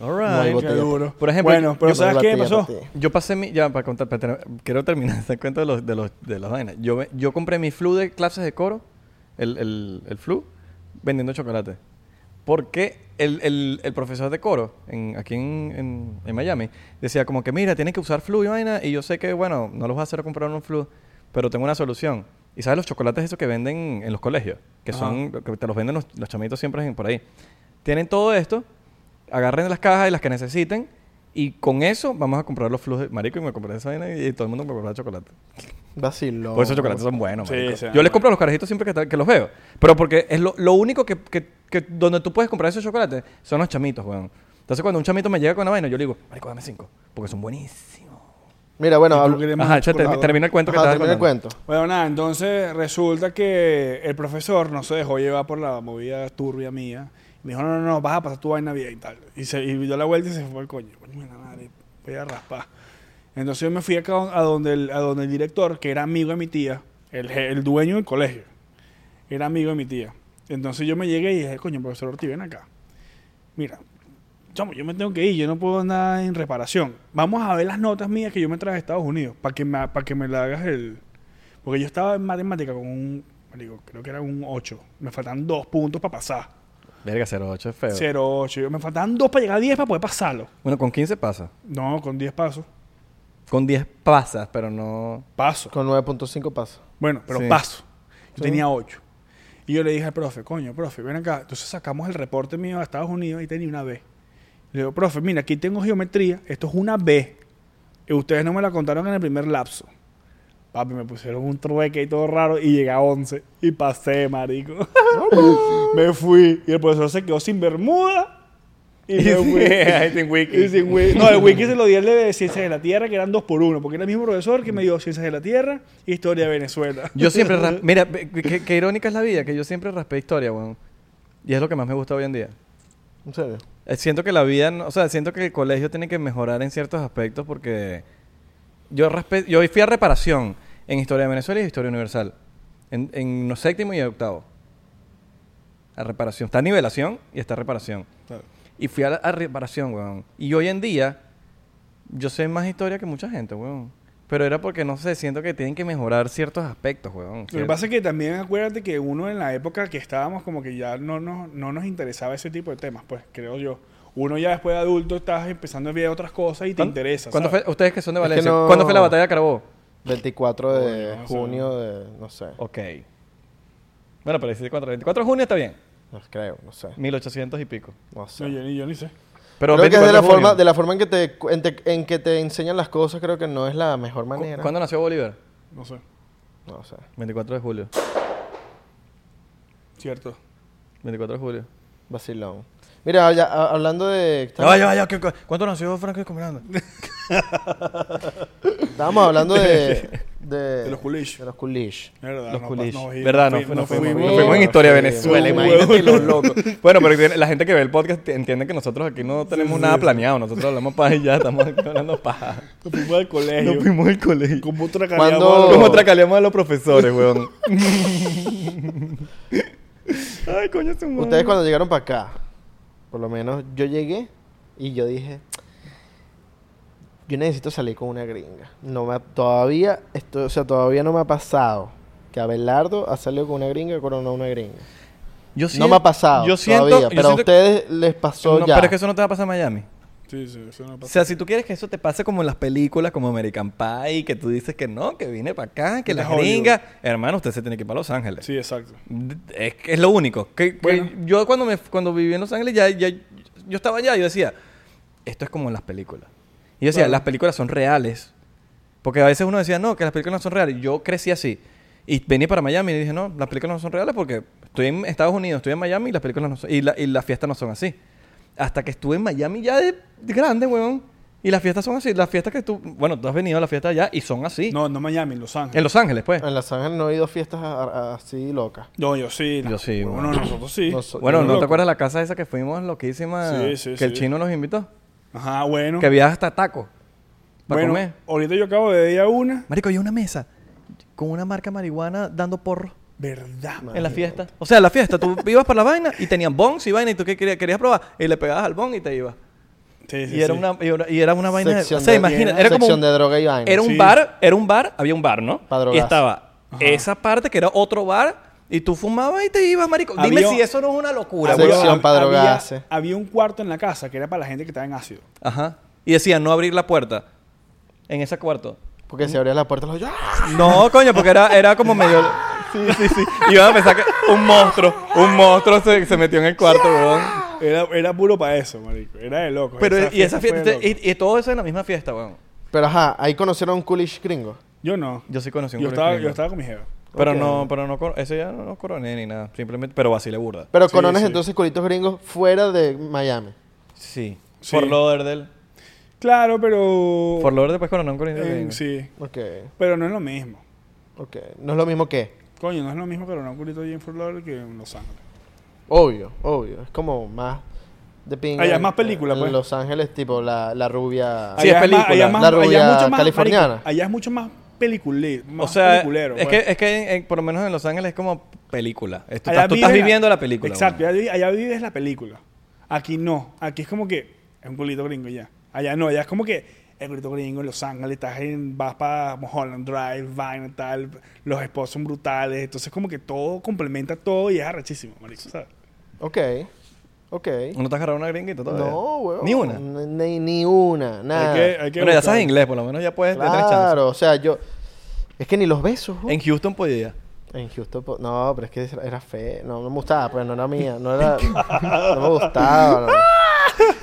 B: All
C: No hay
B: right.
A: Qué
C: botella.
A: duro.
B: Por ejemplo,
A: bueno, pero
C: Yo me
A: ¿sabes
C: voy
A: qué
C: pa' ti,
A: pasó?
C: pa' ti.
B: Yo pasé mi. Ya, para contar. para tener- quiero terminar este cuento de, los, de, los, de las vainas. Yo, ve- yo compré mi flu de clases de coro, el, el, el flu, vendiendo chocolate. Porque el, el, el profesor de coro, en, aquí en, en, en Miami, decía como que, mira, tienes que usar flu y vaina. Y yo sé que, bueno, no los vas a hacer comprar un flu, pero tengo una solución. ¿Y sabes los chocolates esos que venden en los colegios? Que
A: Ajá.
B: son. que te los venden los, los chamitos siempre en- por ahí. Tienen todo esto, agarren las cajas y las que necesiten, y con eso vamos a comprar los flujos. Marico, y me compré esa vaina y, y todo el mundo me compraba chocolate.
C: Vacilón.
B: Por eso los chocolates son buenos,
A: Sí,
B: marico.
A: sí,
B: Yo les
A: bueno.
B: compro a los carajitos siempre que, tal- que los veo. Pero porque es lo, lo único que, que- que donde tú puedes comprar esos chocolates son los chamitos, weón. Entonces cuando un chamito me llega con una vaina, yo le digo, marico, dame cinco, porque son buenísimos.
C: Mira, bueno,
A: Y tú
C: hablo-
A: querías- Tenemos
B: Ajá,
A: un
B: ya termina
A: chocolate.
B: el cuento que
C: Ajá,
B: estabas
C: termina el
B: contando.
C: cuento.
A: Bueno, nada, entonces resulta que el profesor no se dejó llevar por la movida turbia mía. Me dijo, no, no, no, vas a pasar tu vaina bien y tal. Y, se, y dio la vuelta y se fue al coño. Coño de la madre, voy a raspar. Entonces yo me fui acá a donde el, a donde el director, que era amigo de mi tía, el, je- el dueño del colegio, era amigo de mi tía. Entonces yo me llegué y dije, coño, profesor Ortiz, ven acá. Mira, chamo, yo me tengo que ir, yo no puedo andar en reparación. Vamos a ver las notas mías que yo me traje de Estados Unidos para que, me- para que me la hagas el... Porque yo estaba en matemática con un, digo, creo que era un 8. Me faltan dos puntos para pasar.
B: Verga, 08 es feo.
A: 0,8. Yo- Me faltan dos para llegar a 10 para poder pasarlo.
B: Bueno, con 15 pasa.
A: No, con 10 pasos.
B: Con 10 pasas, pero no...
A: Paso.
C: Con 9.5 pasos.
A: Bueno, pero
B: Sí.
A: paso. Yo tenía 8. Y yo le dije al profe, coño, profe, ven acá. Entonces sacamos el reporte mío a Estados Unidos y tenía una B. Le digo, profe, mira, aquí tengo geometría. Esto es una B. Y ustedes no me la contaron en el primer lapso. Papi, me pusieron un trueque y todo raro y llegué a 11. Y pasé, marico. me fui. Y el profesor se quedó sin bermuda. Y, me fui.
B: I think we
A: Y sin wi- No, el wiki se lo di al de Ciencias de la Tierra, que eran dos por uno, porque era el mismo profesor que me dio Ciencias de la Tierra y Historia de Venezuela.
B: Yo siempre ras- Mira, ve- qué, qué irónica es la vida, que yo siempre raspé historia, weón. Y es lo que más me gusta hoy en día.
C: En serio.
B: Eh, Siento que la vida, no- o sea, siento que el colegio tiene que mejorar en ciertos aspectos porque yo raspé, yo fui a reparación en Historia de Venezuela y Historia Universal. En, en los séptimo y octavo. A reparación. Está nivelación y está reparación. Y fui a, la- a reparación, weón. Y hoy en día, yo sé más historia que mucha gente, weón. Pero era porque, no sé, siento que tienen que mejorar ciertos aspectos, weón.
A: Lo que pasa es que también acuérdate que uno en la época que estábamos como que ya no nos, no nos interesaba ese tipo de temas, pues creo yo. Uno ya después de adulto estás empezando a ver otras cosas y te
B: ¿Cuán-
A: interesa.
B: ¿Cuándo
A: ¿sabes?
B: fue, ustedes que son de
C: Es que
B: Valencia,
C: no-
B: ¿cuándo fue la batalla de Carabobo?
C: 24 de
A: Coño, no sé.
C: junio de, no sé,
B: Ok. Bueno, pero 24, 24 de junio está bien.
C: no creo, no sé,
B: 1800 y pico.
C: no sé.
A: No, yo, ni, yo ni sé.
B: Pero
C: creo que es
B: 24
C: de la,
B: junio.
C: forma, de la forma en que, te, cu- en, te- en que te enseñan las cosas, creo que no es la mejor
B: ¿Cu-
C: manera.
B: ¿Cuándo nació Bolívar?
A: No sé.
C: No sé.
B: 24 de julio.
A: Cierto.
B: 24 de julio.
C: Vacilón. Mira, ya, a- hablando de...
B: Ay, ay, ay, ¿cu- cu- ¿Cuánto nació Franco Escombrando?
C: Estábamos hablando de... De,
A: De los culish.
C: De los culish.
A: Es verdad,
B: Eh, Los
A: no,
B: culish.
A: no, no,
B: ¿Verdad?
A: no
B: Nos
A: fui-
B: nos
A: fui
B: fuimos
A: muy
B: nos
A: bien.
B: fuimos en historia de Venezuela.
C: Sí,
B: Imagínate
C: huevón.
B: los locos. Bueno, pero tiene- la gente que ve el podcast t- entiende que nosotros aquí no tenemos nada planeado. Nosotros hablamos paja y ya estamos aquí hablando paja.
A: Nos fuimos del colegio.
B: Nos fuimos al colegio.
A: Como otra
C: Cuando-
B: ¿Cómo tracaleamos a los profesores, weón? Ay, coño, su madre.
C: Ustedes cuando llegaron para acá, por lo menos yo llegué y yo dije, yo necesito salir con una gringa. No me ha- todavía, esto, o sea, todavía no me ha pasado que Abelardo ha salido con una gringa o no una gringa.
B: Yo
C: no
B: sien-
C: me ha pasado.
B: Yo siento,
C: todavía,
B: yo
C: pero a
B: siento-
C: ustedes les pasó
B: No,
C: ya.
B: Pero es que eso no te va a pasar en Miami.
A: Sí, sí, eso no
B: O
A: pasa.
B: sea, si tú quieres que eso te pase como en las películas, como American Pie, que tú dices que no, que vine para acá, que
A: Vete
B: las
A: a Hollywood.
B: gringas... Hermano, usted se tiene que ir para Los Ángeles.
A: Sí, exacto.
B: Es, que es lo único. Que, que
A: Bueno.
B: yo cuando me cuando viví en Los Ángeles, ya, ya- yo estaba allá y yo decía, esto es como en las películas. Y yo decía,
A: Claro.
B: las películas son reales. Porque a veces uno decía, no, que las películas no son reales. Yo crecí así. Y vení para Miami y dije, no, las películas no son reales porque estoy en Estados Unidos, estoy en Miami y las películas no son, y, la- y las fiestas no son así. Hasta que estuve en Miami ya de, de grande, weón. Y las fiestas son así. Las fiestas que tú, bueno, tú has venido a las fiestas allá y son así.
A: No, no Miami, en Los Ángeles.
B: En Los Ángeles, pues.
C: En Las Ángeles no he ido a fiestas a- a- así locas.
A: No, yo sí.
B: Yo sí,
A: Bueno,
B: bueno.
A: nosotros sí.
C: No so-
B: Bueno,
A: Yo
B: ¿no
A: loco.
B: te acuerdas la casa esa que fuimos loquísima?
A: Sí, sí,
B: que
A: sí.
B: el chino nos invitó.
A: Ajá, bueno.
B: Que había hasta tacos. Para
A: bueno,
B: comer.
A: ahorita yo acabo de ir a una.
B: Marico, había una mesa con una marca marihuana dando porro
A: ¿Verdad?
B: en la fiesta. O sea, en la fiesta, tú ibas para la vaina y tenían bongs y vaina y tú qué querías, querías probar. Y le pegabas al bong y te ibas.
A: Sí, sí,
B: y, era
A: sí.
B: Una, y era- y era una vaina. de-
C: Sección
B: o sea,
C: de-
B: imagina, era como.
C: sección
B: un-
C: de droga y vaina.
B: Era un
A: Sí.
B: bar, era un bar, había un bar, ¿no?
C: Pa' drogarse.
B: y estaba esa parte que era otro bar y tú fumabas y te ibas, marico. Dime
A: Había-
B: si eso no es una locura,
C: Había-
B: weón.
C: sección para
A: había-
C: drogarse.
A: había un cuarto en la casa que era para la gente que estaba en ácido.
B: Ajá. Y decían no abrir la puerta en ese cuarto.
C: Porque si abría la puerta, los ¡Ah!
B: No, coño, porque era, era como medio. Sí, sí, sí. Y iban a pensar que un monstruo, un monstruo se, se metió en el cuarto, weón.
A: Era, era puro para eso, marico. Era de loco.
B: Pero, y esa
A: Pues fue
B: fiesta,
A: de loco.
B: y, y todo eso en la misma fiesta, weón.
C: Pero ajá, ahí conocieron a un coolish gringo.
A: Yo no.
B: Yo sí conocí un
A: Yo
B: culo
A: estaba,
B: gringo.
A: yo estaba con mi jefe.
B: Pero
C: Ok.
B: no, pero no, cor- ese ya no, no coroné ni nada, simplemente, pero vacile burda.
C: Pero
A: Sí,
C: corones
A: sí.
C: entonces culitos gringos fuera de Miami.
B: Sí.
A: Sí.
B: Por Lauderdale.
A: Claro, pero.
B: Por Lauderdale, pues coronó un coronel.
A: en-
B: gringo.
A: sí.
C: Ok,
A: Pero no es lo mismo.
C: ok. No es lo mismo que.
A: Coño, no es lo mismo coronar un culito allí en Fort Lauderdale que en Los Ángeles.
C: Obvio, obio. Es como más de pinga.
A: Allá es
C: en-
A: más película,
C: en
A: pues.
C: Los Ángeles, tipo la, la rubia.
B: Sí,
A: Allá más-
B: es película.
A: allá más-
C: La
A: allá
C: rubia
A: mucho más-
C: californiana.
A: marico, allá es mucho más peliculero.
B: O sea,
A: peliculero,
B: es,
A: pues.
B: que, es que en- en- por lo menos en Los Ángeles es como película. Es- Tú,
A: Allá
B: estás, tú
A: vives
B: estás
A: la-
B: viviendo la película.
A: Exacto,
B: weón.
A: allá, vi- allá vives la película. Aquí no. Aquí es como que es un culito gringo y ya. Allá no, allá es como que el culito gringo en Los Ángeles, estás en, vas para Holland Drive, Vine, tal, los esposos son brutales, entonces como que todo complementa todo y es arrechísimo, marico, ¿sabes?
C: Ok, ok.
B: ¿No te has agarrado una gringuita todavía?
C: No, weón.
B: Ni una.
C: Ni, ni una, nada.
A: Hay que, hay que
B: Bueno, ya
A: buscar.
B: sabes inglés, por lo menos ya puedes tener chance.
C: Claro, o sea, yo. Es que ni los besos.
B: En Houston podía.
C: En Houston, po- no, pero es que era- era fea. No, no me gustaba, pues no era mía. No, era, no me gustaba. no.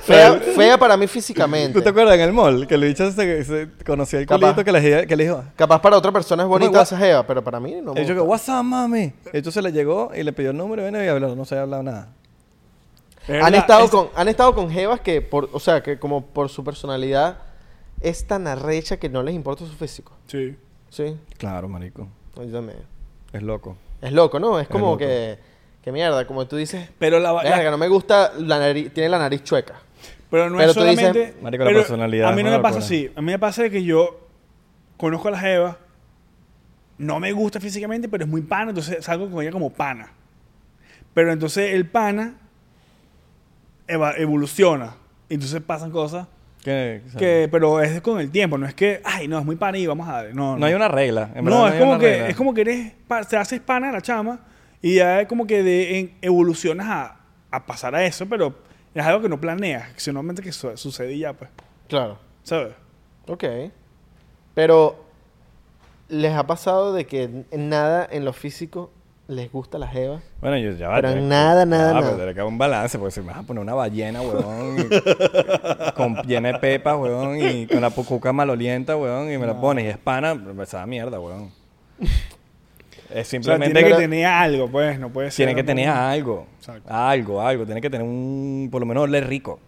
C: Fea, fea para mí físicamente.
B: ¿Tú te acuerdas en el mall? Que el bicho se, se conocía el
C: Capaz.
B: culito que le, que le dijo...
C: Capaz para otra persona es bonita
B: gua-
C: esa jeva, pero para mí no me
B: El bicho que,
C: gustaba.
B: what's up, mami? Entonces le llegó y le pidió el número y vino y habló. No se había hablado nada.
A: Es
C: han,
A: verdad,
C: estado
A: es-
C: con, han estado con jevas que, por, o sea, que como por su personalidad es tan arrecha que no les importa su físico.
A: Sí.
C: Sí, Pues
B: Claro, marico.
C: yo también.
B: Es loco.
C: Es loco, ¿no? Es como
B: loco.
C: que, que mierda, como tú dices,
A: Pero la, la-
C: verga, no me gusta, la nariz, tiene la nariz chueca.
A: Pero no
C: Pero
A: es
C: tú dices,
A: solamente.
B: marico, la
A: pero
B: personalidad
A: A mí
B: es
A: no
B: una
A: me pasa
B: locura.
A: así. A mí me pasa que yo conozco a la Jeva, no me gusta físicamente, pero es muy pana, entonces salgo con ella como pana. Pero entonces el pana eva- evoluciona. Entonces pasan cosas
B: Que, o sea,
A: que, pero es con el tiempo, no es que, ay, no, es muy pana y vamos a darle. No,
B: no hay una regla. en verdad
A: no, es
B: hay
A: como
B: una
A: que
B: regla.
A: es como que eres pa- te haces pana a la chama y ya es como que de, en- evolucionas a, a pasar a eso, pero es algo que no planeas, solamente que su- sucede y ya pues,
C: Claro.
A: ¿sabes?
C: Ok. Pero, ¿les ha pasado de que n- nada en lo físico les gusta la jeva?
B: Bueno, yo ya va,
C: Pero
B: tenés que-
C: nada, nada,
B: ya va,
C: nada.
B: pero tenés que haber un balance, porque si me vas a poner una ballena, weón, y- con llena de pepas, weón, y con la pucuca malolienta, weón, y me la pones y es pana, esa mierda, weón. Es
A: O sea,
B: simplemente
A: tiene que
B: que
A: tener algo, pues, no puede ser.
B: tiene que
A: ¿no?
B: tener algo.
A: Exacto.
B: Algo, algo. Tiene que tener un. Por lo menos oler rico.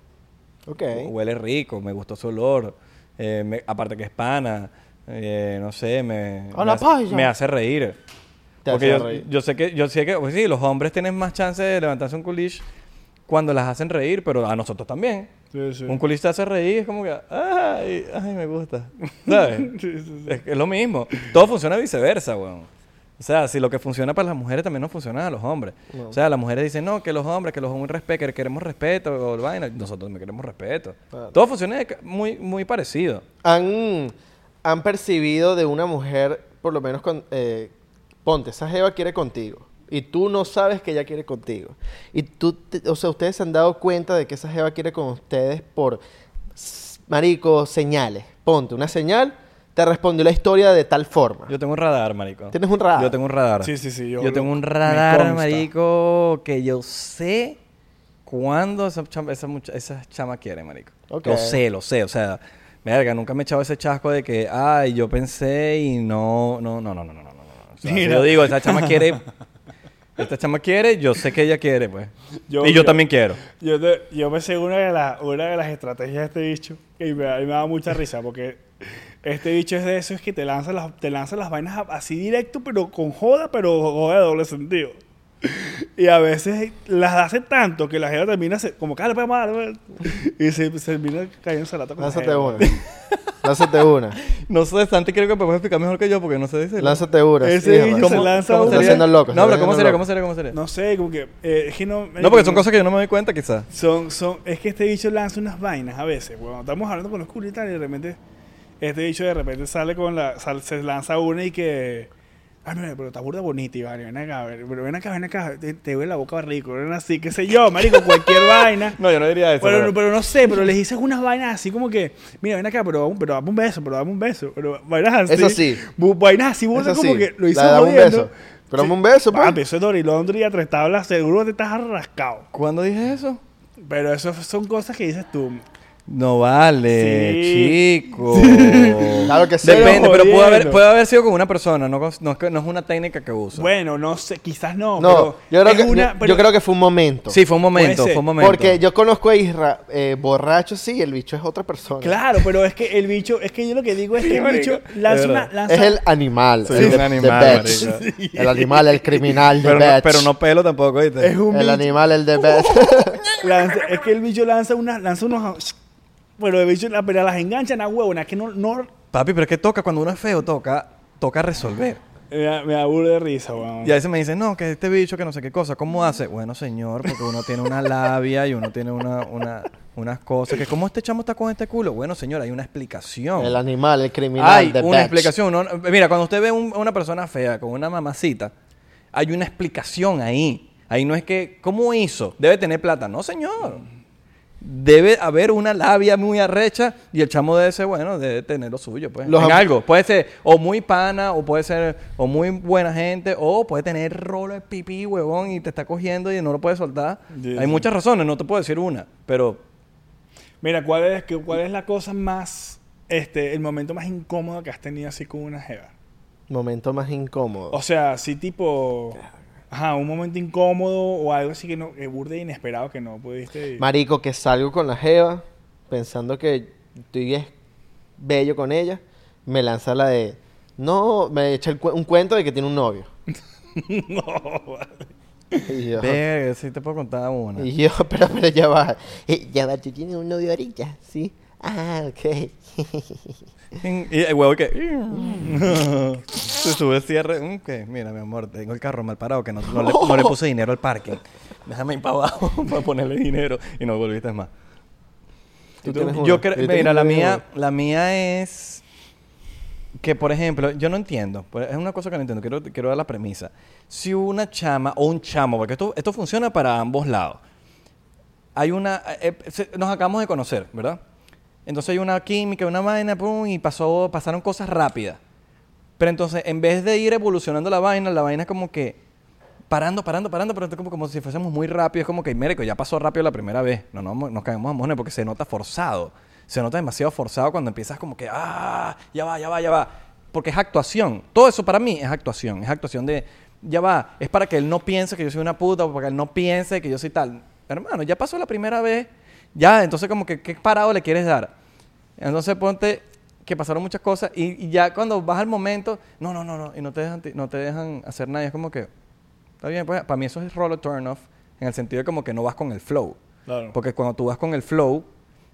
C: Ok.
B: Huele rico, me gustó su olor. eh, me- aparte que es pana. eh, no sé, me.
C: Hola,
B: me hace-
C: pollo.
B: me hace reír.
C: Te
B: Porque
C: hace
B: yo,
C: reír.
B: yo sé que, yo sé que, pues sí, los hombres tienen más chance de levantarse un culish cuando las hacen reír, pero a nosotros también.
A: Sí, sí.
B: Un culish te hace reír, es como que, ay, ay, me gusta. ¿Sabes?
A: Sí, sí, sí.
B: Es, es lo mismo. Todo funciona viceversa, weón. O sea, si lo que funciona para las mujeres también no funciona a los hombres. O sea, las mujeres dicen, no, que los hombres, que los hombres respeten, que queremos respeto, o vaina. Nosotros también queremos respeto.
C: Claro.
B: Todo funciona de ca- muy, muy parecido.
C: ¿Han, han percibido de una mujer, por lo menos con... eh, ponte, esa jeva quiere contigo. Y tú no sabes que ella quiere contigo. Y tú, te- o sea, ustedes se han dado cuenta de que esa jeva quiere con ustedes por s- marico, señales. Ponte una señal, te respondió la historia de tal forma.
B: Yo tengo un radar, marico.
C: Tienes un radar.
B: Yo tengo un radar.
A: Sí, sí, sí, yo
B: Yo,
A: lo-
B: tengo un
A: me
B: radar,
A: consta.
B: marico, que yo sé cuándo esa chama, esa mucha- esas chamas quieren, marico.
C: Ok.
B: Lo sé, lo sé. O sea, verga, nunca me he echado ese chasco de que, ay, yo pensé y no, no, no, no, no, no, no. no. O sea, si
A: Mira.
B: yo digo, esa chama quiere... Esta chama quiere, yo sé que ella quiere, pues.
A: Yo-
B: y yo,
A: yo-
B: también quiero.
A: Yo, te- yo me sé una de, las una de las estrategias de este bicho y me, da- y me da mucha risa porque este bicho es de esos que te lanza las, te lanza las vainas a- así directo, pero con joda, pero joda de doble sentido. Y a veces las hace tanto que la gente termina se- como, claro, pues, madre, madre", y se, se termina cayendo salata con la
C: Lánzate
A: jeva.
C: una. Lánzate una.
B: No sé, Santi, creo que me puedes explicar mejor que yo porque no sé decirlo.
C: Lánzate una.
A: Ese
C: sí,
A: bicho
C: ¿cómo-
A: se lanza
C: cómo
A: una.
C: se está haciendo loco. se
B: No,
C: está
B: pero ¿cómo
C: haciendo
B: sería?
C: loco.
B: ¿Cómo sería? ¿Cómo sería?
A: No sé, como que, eh, es que no...
B: No, porque son cosas que yo no me doy cuenta, quizás.
A: Son, son, es que este bicho lanza unas vainas a veces, weón. Estamos hablando con los culos y tal, y de repente, este bicho de repente sale con la, sal- se lanza una y que, ay, mira, pero está burda bonita, y vale, ven acá, ven, pero ven acá, ven acá, te, te huele la boca rico, ven así, qué sé yo, marico, cualquier vaina.
B: No, yo no diría eso.
A: Pero,
B: pero-
A: pero no sé, pero les dices unas vainas así como que, mira, ven acá, pero, pero dame un beso, pero dame un beso, pero vainas así.
C: Eso sí.
A: Bu- Vainas así, burda,
C: Eso
A: como
C: sí,
A: que lo
C: la
A: hizo
C: de dame un
A: jodiendo.
C: beso. Pero dame un beso, pues.
A: Papi, eso es Dory Laundry a tres tablas, seguro te estás rascado.
B: ¿Cuándo dije eso?
A: Pero eso son cosas que dices tú.
B: No vale,
A: Sí.
B: chico.
C: Claro que sí.
B: Depende, pero puede haber,
A: Jodiendo.
B: puede haber sido con una persona, no, con- no es que- no es una técnica que uso.
A: Bueno, no sé, quizás no.
C: No, yo
A: pero
C: creo,
A: es
C: que, yo-
A: una-
C: yo,
A: pero-
C: creo que fue un momento.
B: sí, fue un momento,
A: Puede ser.
B: fue un momento.
C: Porque yo conozco a Isra eh, borracho, sí, y el bicho es otra persona.
A: Claro, pero es que el bicho, es que yo lo que digo es que el bicho
B: marica.
A: lanza
B: Es
A: una.
B: verdad.
A: lanza-
C: Es el animal.
B: Sí,
C: el,
B: es un
C: the
B: animal,
C: bitch.
B: marica.
C: El animal, el criminal, de
B: pero, no, pero no pelo tampoco, ¿viste?
A: es un
C: El
A: bicho,
C: animal, el de best.
A: lanza- es que el bicho lanza una, lanza unos. Pero el bicho apenas las enganchan a huevona, que no, no
B: Papi, pero es que toca, cuando uno es feo, toca, toca resolver.
A: me da- me da burda de risa, weón.
B: Y a veces me dicen, no, que este bicho, que no sé qué cosa, ¿cómo hace? Bueno, señor, porque uno tiene una labia y uno tiene una, una- unas cosas. Que, ¿Cómo este chamo está con este culo? Bueno, señor, hay una explicación.
C: El animal, el criminal,
B: Hay
C: the
B: una
C: bitch.
B: explicación. no- mira, cuando usted ve un- a una persona fea con una mamacita, hay una explicación ahí. Ahí no es que, ¿cómo hizo? Debe tener plata. No, señor. Debe haber una labia muy arrecha y el chamo de ese, bueno, debe tener lo suyo, pues.
C: Los
B: en
C: am-
B: algo. Puede ser o muy pana, o puede ser o muy buena gente, o puede tener rolo de pipí, huevón, y te está cogiendo y no lo puedes soltar.
A: Sí,
B: Hay
A: sí.
B: muchas razones, no te puedo decir una, pero
A: Mira, ¿cuál es, que- ¿cuál es la cosa más. Este, el momento más incómodo que has tenido así con una jeva?
C: Momento más incómodo.
A: O sea, sí tipo... Ajá, un momento incómodo o algo así que no... Que burde inesperado que no pudiste...
C: Marico, que salgo con la jeva pensando que estoy es- bello con ella. Me lanza la de... No, me echa el cu- un cuento de que tiene un novio.
A: no, vale.
C: Y yo,
B: verga, sí te puedo contar una.
C: y yo, pero, pero ya va. Eh, Ya va, tú tienes un novio ahorita, ¿sí? Ah, ok.
B: Y el huevo que. Se sube el cierre. mm, que, Mira, mi amor, tengo el carro mal parado que no, no le, no le puse dinero al parking. Déjame ir para abajo para ponerle dinero. Y no volviste más.
C: Tú tienes una.
B: Yo
C: Yo
B: creo.
C: tengo
B: Mira, la
C: una.
B: mía, la mía es. Que, por ejemplo, yo no entiendo. pues, Es una cosa que no entiendo. Quiero, quiero dar la premisa. Si una chama o un chamo, porque esto, esto funciona para ambos lados. Hay una. eh, eh, se- nos acabamos de conocer, ¿verdad? Entonces hay una química, una vaina, pum, y pasó, pasaron cosas rápidas. Pero entonces, en vez de ir evolucionando la vaina, la vaina es como que parando, parando, parando, pero es como, como si fuésemos muy rápido. Es como que, mérico, ya pasó rápido la primera vez. No, no, nos caemos a mojones porque se nota forzado. Se nota demasiado forzado cuando empiezas como que, ah, ya va, ya va, ya va. Porque es actuación. Todo eso para mí es actuación. Es actuación de, ya va, es para que él no piense que yo soy una puta o para que él no piense que yo soy tal. Hermano, ya pasó la primera vez. Ya, entonces como que, ¿qué parado le quieres dar? Entonces ponte que pasaron muchas cosas y, y ya cuando vas al momento, no, no, no, no, y no te dejan, ti- no te dejan hacer nada. y es como que, está bien, pues para mí eso es rollo turn off, en el sentido de como que no vas con el flow.
A: Claro.
B: Porque cuando tú vas con el flow,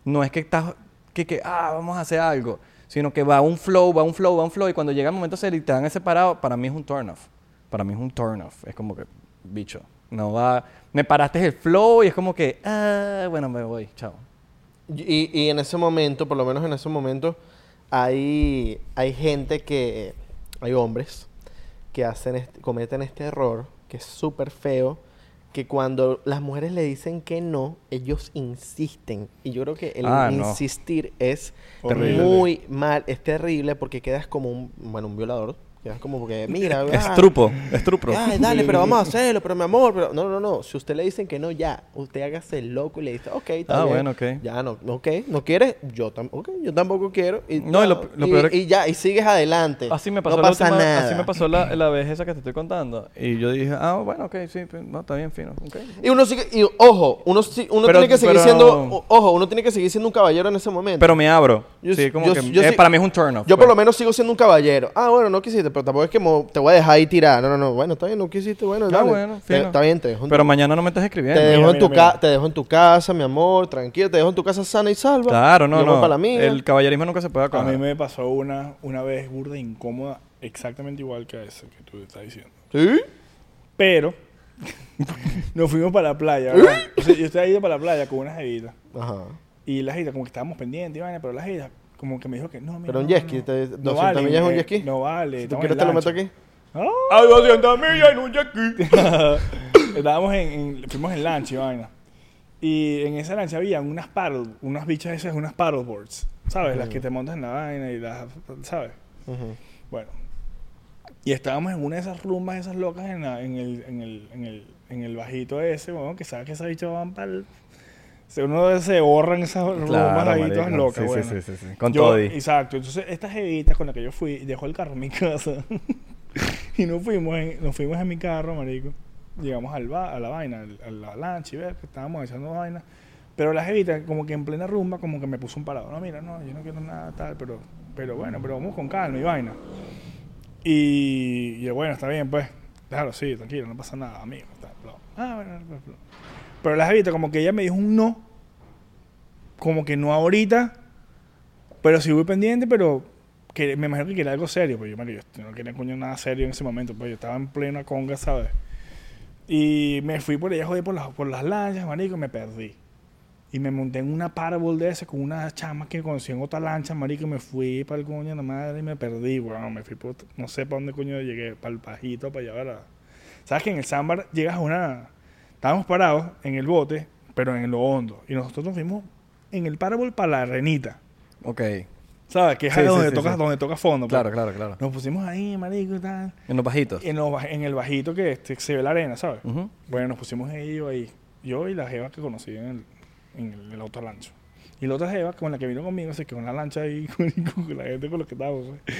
B: no es que estás, que, que, ah, vamos a hacer algo, sino que va un flow, va un flow, va un flow, y cuando llega el momento se y te dan ese parado, para mí es un turn off. Para mí es un turn off. Es como que, bicho, no va, me paraste el flow y es como que, ah, bueno, me voy, chao.
C: Y, y en ese momento, por lo menos en ese momento, hay, hay gente que, hay hombres que hacen este- cometen este error que es súper feo, que cuando las mujeres le dicen que no, ellos insisten. Y yo creo que el
B: Ah, no.
C: insistir es
A: Horrible.
C: muy mal, es terrible porque quedas como un, bueno, un violador. Quedas como porque, mira, ah,
B: Estrupo, estrupo.
C: Ay, dale, pero vamos a hacerlo, pero mi amor, pero... No, no, no. Si usted le dicen que no, ya. Usted hágase el loco y le dice, ok, está
B: Ah,
C: bien.
B: bueno, ok.
C: Ya, no, ok. ¿No quieres? Yo, tam ok, yo tampoco quiero. Y,
B: No, y lo- lo
C: y-
B: peor es-
C: y ya, y sigues adelante.
B: Así me pasó,
C: no
B: la,
C: pasa
B: última-
C: nada.
B: Así me pasó la, la vez esa que te estoy contando. Y yo dije, ah, bueno, ok, sí, pues, no, está bien, fino. ok.
C: Y uno sigue... Y, ojo, uno, si- uno
B: Pero-
C: tiene que seguir
B: pero-
C: siendo... o- Ojo, uno tiene que seguir siendo un caballero en ese momento.
B: Pero me abro.
C: Yo
B: sí,
C: sí-
B: como
C: yo
B: que
C: sí- yo
B: eh,
C: sí-
B: para mí es un turn off.
C: Yo por
B: pues.
C: lo menos sigo siendo un caballero. Ah, bueno, no quisiste, pero tampoco es que mo- te voy a dejar ahí tirar. No, no, no. Bueno, está bien, no quisiste. Bueno,
B: Ah,
C: dale.
B: bueno,
C: Te-
B: fino.
C: Está bien, te dejo en
B: Pero mañana no me estás
C: Te
B: escribiendo.
A: Mira,
C: dejo, en
A: mira,
C: tu
A: mira.
C: ca- te dejo en tu casa, mi amor, tranquilo, te dejo en tu casa sana y salva.
B: Claro, no,
C: Yo voy
B: no.
C: pa' la mía.
B: El caballerismo nunca se puede
A: A
B: acabar.
A: mí me pasó una, una vez burda e incómoda, exactamente igual que a ese que tú estás diciendo.
C: ¿Sí?
A: Pero nos fuimos para la playa, ¿verdad?
C: ¿Eh?
A: O sea, yo estaba ido para la playa con una jevita.
C: Ajá.
A: Y la jevita, como que estábamos pendientes, y vaina, pero la jevita, como que me dijo que no, mira,
C: Pero un
A: no,
C: jet
A: no,
C: ski,
A: no.
C: te-
A: No
C: 200
A: vale,
C: millas es un
A: eh,
C: jet ski.
A: No vale.
C: Si tú
A: estamos
C: quieres
A: en
C: te lo meto
A: lancha.
C: aquí.
A: Ah.
B: ¡Ay, 200 millas en un jet
A: Estábamos en, en- fuimos en lancha y vaina. Y en esa lancha había unas paddle, unas bichas esas, unas paddleboards, ¿sabes? Las que te montas en la vaina y las, ¿sabes?
C: Ujú.
A: Bueno. Y estábamos en una de esas rumbas, esas locas, en, la- en el, en, el, en, el, en el bajito ese, weón, que sabes que esas bichas van para el... Se, uno se borran esas rumbas ahí todas locas,
B: sí,
A: bueno.
B: sí, sí, sí, sí. Con
A: Yo-
B: todo.
A: Exacto. Entonces, esta jevita con la que yo fui dejó el carro en mi casa. y nos fuimos en, nos fuimos en mi carro, marico. Llegamos al ba- a la vaina, al- a la lancha y ver que estábamos echando vaina. Pero la jevita, como que en plena rumba, como que me puso un parado. No, mira, no, yo no quiero nada tal, pero, pero bueno, pero vamos con calma y vaina. Y yo, bueno, está bien, pues. Claro, sí, tranquilo, no pasa nada, amigo. tal, bla. Ah, bueno, bla, bla. Pero la jevita, como que ella me dijo un no. Como que no ahorita, pero sí voy pendiente, pero que me imagino que quería algo serio, pues yo, marico, yo no quería coño nada serio en ese momento, pues yo estaba en plena conga, ¿sabes? Y me fui por allá, joder, por las, por las lanchas, marico, y me perdí. Y me monté en una parabol de ese con una chama que conocí en otra lancha, marico, y me fui para el coño de la madre y me perdí, weón. Me fui por, ot- no sé para dónde coño llegué, para el pajito, para allá, para... ¿Sabes que en el Sambar llegas a una... Estábamos parados en el bote, pero en lo hondo. Y nosotros nos fuimos en el parabol para la renita.
B: Ok.
A: ¿Sabes? Que es
B: Sí,
A: ahí
B: sí,
A: donde,
B: sí,
A: tocas,
B: sí.
A: donde tocas fondo. pues.
B: Claro, claro, claro.
A: Nos pusimos ahí, marico, y tal.
B: En los bajitos.
A: En, los baj- en el bajito que este- se ve la arena, ¿sabes?
B: Ujú.
A: Bueno, nos pusimos ahí, yo ahí. Yo y la jeva que conocí en el, en el, el otro lancho. Y la otra jeva con la que vino conmigo se quedó en la lancha ahí con, con la gente con los que estábamos. pues.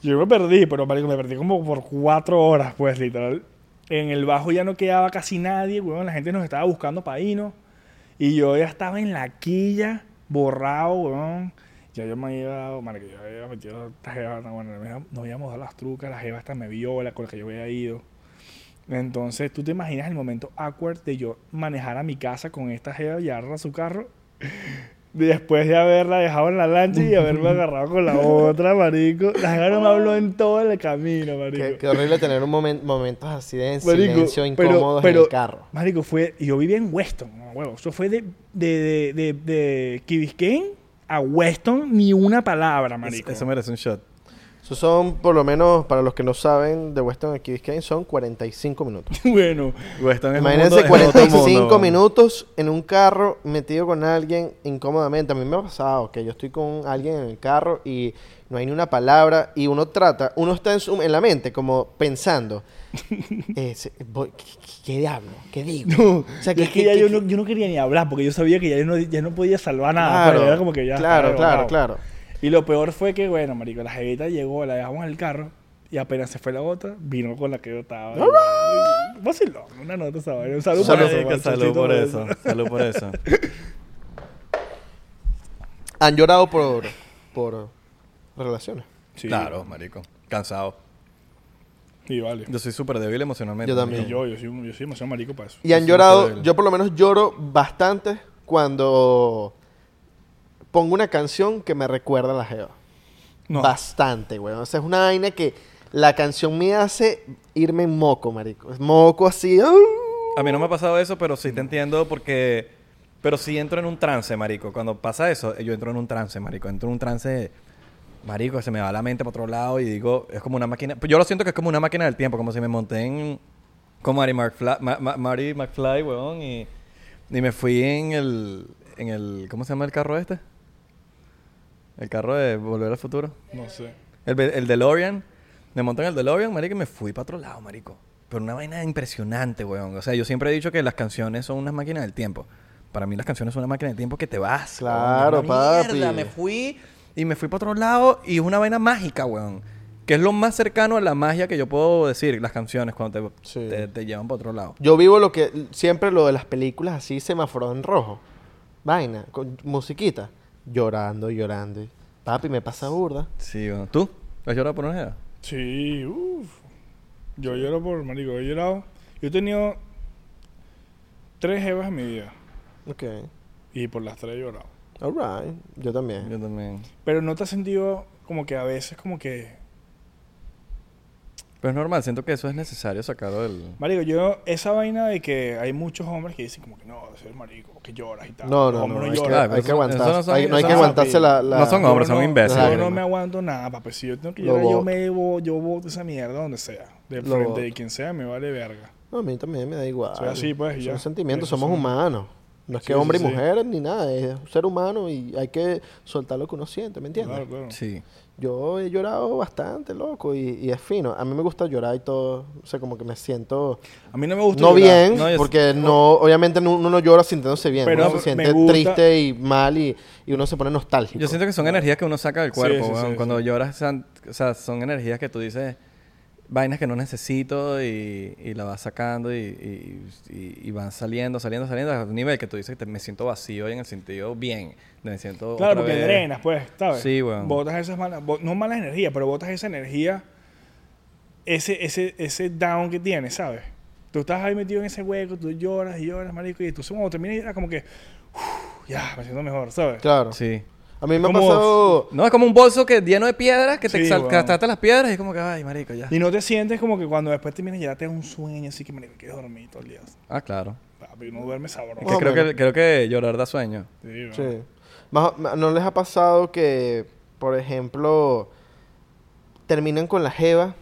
A: Yo me perdí, pero marico, me perdí como por cuatro horas, pues, literal. En el bajo ya no quedaba casi nadie, weón. La gente nos estaba buscando para irnos. Y yo ya estaba en la quilla, borrado, weón. Ya yo me iba, marico, yo había metido esta jeva, no, bueno, me- nos íbamos a las trucas, la jeva hasta me vio, la con la que yo había ido. Entonces, ¿tú te imaginas el momento awkward de yo manejar a mi casa con esta jeva y agarrar su carro? Después de haberla dejado en la lancha y haberme agarrado con la otra, marico. La jeva no me habló en todo el camino, marico.
C: Qué, qué horrible tener un momen- momentos así de
A: Marico,
C: silencio
A: pero-
C: incómodos
A: pero,
C: en el carro.
A: Marico, fue. y Yo vivía en Weston, no, huevo. Eso fue de, de, de, de, de Key Biscayne a Weston, ni una palabra, marico.
B: Eso merece un shot.
C: Eso son, por lo menos, para los que no saben, de Western aquí Biscayne son 45 minutos.
A: bueno,
B: Weston es un mundo-
C: Imagínense
B: es otro mundo.
C: 45 minutos en un carro metido con alguien incómodamente. A mí me ha pasado que yo estoy con alguien en el carro y no hay ni una palabra y uno trata, uno está en, su- en la mente como pensando, eh, se- voy- ¿qué, qué- qué diablo? ¿Qué digo? o sea,
A: y es que ya yo, no, yo no quería ni hablar porque yo sabía que ya yo no, ya no podía salvar nada.
C: Claro,
A: pues, era como que ya
C: claro,
A: estaba
C: claro,
A: derrotado.
C: claro.
A: Y lo peor fue que, bueno, marico, la jevita llegó, la dejamos en el carro y apenas se fue la otra, vino con la que yo estaba. Y- Vacilón, una nota, ¿sabes? Un saludo
B: Salud,
A: por eso,
B: marica,
A: macho,
B: salud por
A: chocito
B: eso. Salud por eso.
C: Han llorado por, por relaciones.
A: Sí,
B: Claro, marico. Cansado.
A: Y vale.
B: Yo soy súper débil emocionalmente.
C: Yo también.
A: Y yo, yo soy, un- yo soy demasiado marico para eso.
C: Y han
B: Sí,
C: llorado,
B: terrible.
C: yo por lo menos lloro bastante cuando pongo una canción que me recuerda a la Jeva.
A: No.
C: Ah, Bastante, weón. O sea, es una vaina que la canción me hace irme en moco, marico. Es Moco así. ¡ah!
B: A mí no me ha pasado eso, pero sí te entiendo porque... Pero sí entro en un trance, marico. Cuando pasa eso, eh, yo entro en un trance, marico. Entro en un trance... Marico, se me pues va la mente para otro lado y digo... Es como una máquina... Yo lo siento que es como una máquina del tiempo. Como si me monté en... con Marty McFly, Ma- Ma- Marty McFly, weón, y, y me fui en el, en el... ¿Cómo se llama el carro este? El carro de Volver al Futuro.
A: No sé.
B: El, ve- el DeLorean. Me monté en el DeLorean, marico, y me fui para otro lado, marico. Pero una vaina impresionante, weón. O sea, yo siempre he dicho que las canciones son unas máquinas del tiempo. Para mí las canciones son una máquina del tiempo que te vas. weón.
C: Claro,
B: Es una
C: papi.
B: Mierda, me fui y me fui para otro lado y es una vaina mágica, weón. Que es lo más cercano a la magia que yo puedo decir, las canciones, cuando te,
C: Sí.
B: te- te llevan para otro lado.
C: Yo vivo lo que siempre lo de las películas así semáforo en rojo. Vaina, con musiquita. Llorando, llorando. Papi, me pasa burda.
B: Sí, weón. ¿Tú? ¿Has llorado por una jeva?
A: Sí, uff. Yo lloro por, marico, yo he llorado. Yo he tenido tres jevas en mi vida
C: Ok.
A: y por las tres he llorado.
C: Alright. Yo también.
B: Yo también.
A: Pero no te has sentido como que a veces como que...
B: Pero es normal, siento que eso es necesario sacarlo del...
A: Marico, yo esa vaina de que hay muchos hombres que dicen como que no, ese es marico, que lloras y tal.
C: No,
A: Los
C: no, no.
A: hombres
C: Hay
B: es
C: que,
A: lloran.
B: Claro,
C: hay
B: eso-
C: que
B: eso
C: aguantarse.
B: no son-
C: hay, no hay
A: eso
C: que
A: no son
C: aguantarse
A: papi.
C: la, la-
B: No son
A: Yo
B: hombres, son imbéciles.
A: Yo no
C: Claro.
A: me aguanto nada, papi. Si yo tengo que
C: Lo
A: llorar, yo
C: boto.
A: me bo- yo boto esa mierda donde sea. Del
C: Lo
A: frente
C: boto.
A: de quien sea, me vale verga.
C: No, a mí también me da igual.
A: Soy así, pues, y ya.
C: Son sentimientos,
A: Eso
C: somos
A: son-
C: humanos. No es
A: Sí,
C: que
A: sí,
C: hombre
A: sí.
C: y mujer ni nada, es un ser humano y hay que soltar lo que uno siente, ¿me entiendes?
A: Claro, claro.
B: Sí.
C: Yo he llorado bastante, loco, y, y es fino. A mí me gusta llorar y todo, o sea, como que me siento
A: A mí no me gusta
C: no
A: llorar.
C: bien,
B: No, yo-
C: porque no, obviamente no- uno no llora sintiéndose bien,
A: Pero
C: uno
A: me
C: se siente
A: gusta-
C: triste y mal y, y uno se pone nostálgico.
B: Yo siento que son energías que uno saca del cuerpo,
A: sí,
B: weón.
A: sí,
B: Cuando
A: sí.
B: lloras, san- o sea, son energías que tú dices, vainas que no necesito y, y la vas sacando y, y, y- y van saliendo, saliendo, saliendo a un nivel que tú dices que te- me siento vacío y en el sentido bien. Me siento
A: Claro,
B: otra
A: porque
B: vez-
A: drenas, pues, ¿sabes?
B: Sí, weón.
A: Botas esas malas, bo- no malas energías, pero botas esa energía, ese, ese, ese down que tienes, ¿sabes? Tú estás ahí metido en ese hueco, tú lloras y lloras, marico, y tú cuando terminas ya como que, "Uf, ya, me siento mejor, ¿sabes?
C: Claro.
B: Sí.
C: A mí me ha
A: Como-
C: pasado...
B: No, es como un bolso que lleno de piedras que te
A: Sí,
B: exal-
A: weón.
B: saltaste las piedras y es como que, ay, marico, ya.
A: Y no te sientes como que cuando después terminas ya te da un sueño, así que, marico, quieres dormir todo el día.
B: Ah, claro.
A: Papi, no duermes sabroso.
B: Es
C: Más
B: que
C: o
B: creo,
C: menos.
B: que creo que llorar da sueño.
A: Sí, weón.
C: Sí. Más o- ma- ¿No les ha pasado que, por ejemplo, terminan con la jeva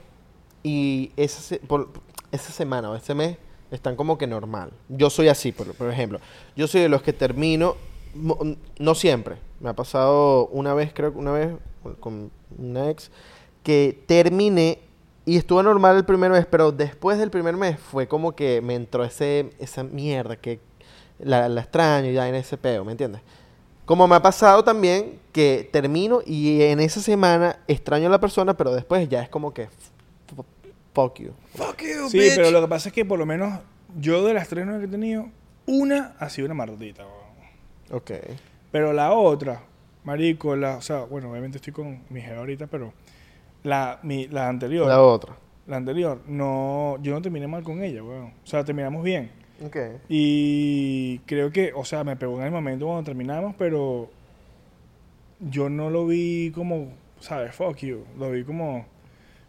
C: y esa, se- por- esa semana o ese mes están como que normal? Yo soy así, por, por ejemplo. Yo soy de los que termino, mo- no siempre. Me ha pasado una vez, creo que una vez, con- con una ex, que terminé y estuvo normal el primer mes, pero después del primer mes fue como que me entró ese, esa mierda que la, la extraño y ya en ese peo, ¿me entiendes? Como me ha pasado también que termino y en esa semana extraño a la persona, pero después ya es como que f- f- fuck you.
B: Fuck you,
A: Sí, pero lo que pasa es que por lo menos yo de las tres nuevas que he tenido, una ha sido una mardita, weón.
C: Ok.
A: Pero la otra, marico, la, o sea, bueno, obviamente estoy con mi jefa ahorita, pero la, mi, la anterior,
C: La
A: la,
C: otra.
A: anterior, no, yo no terminé mal con ella, weón. O sea, terminamos bien.
C: Ok.
A: Y creo que, o sea, me pegó en el momento cuando terminamos, pero yo no lo vi como, ¿sabes? Fuck you. Lo vi como,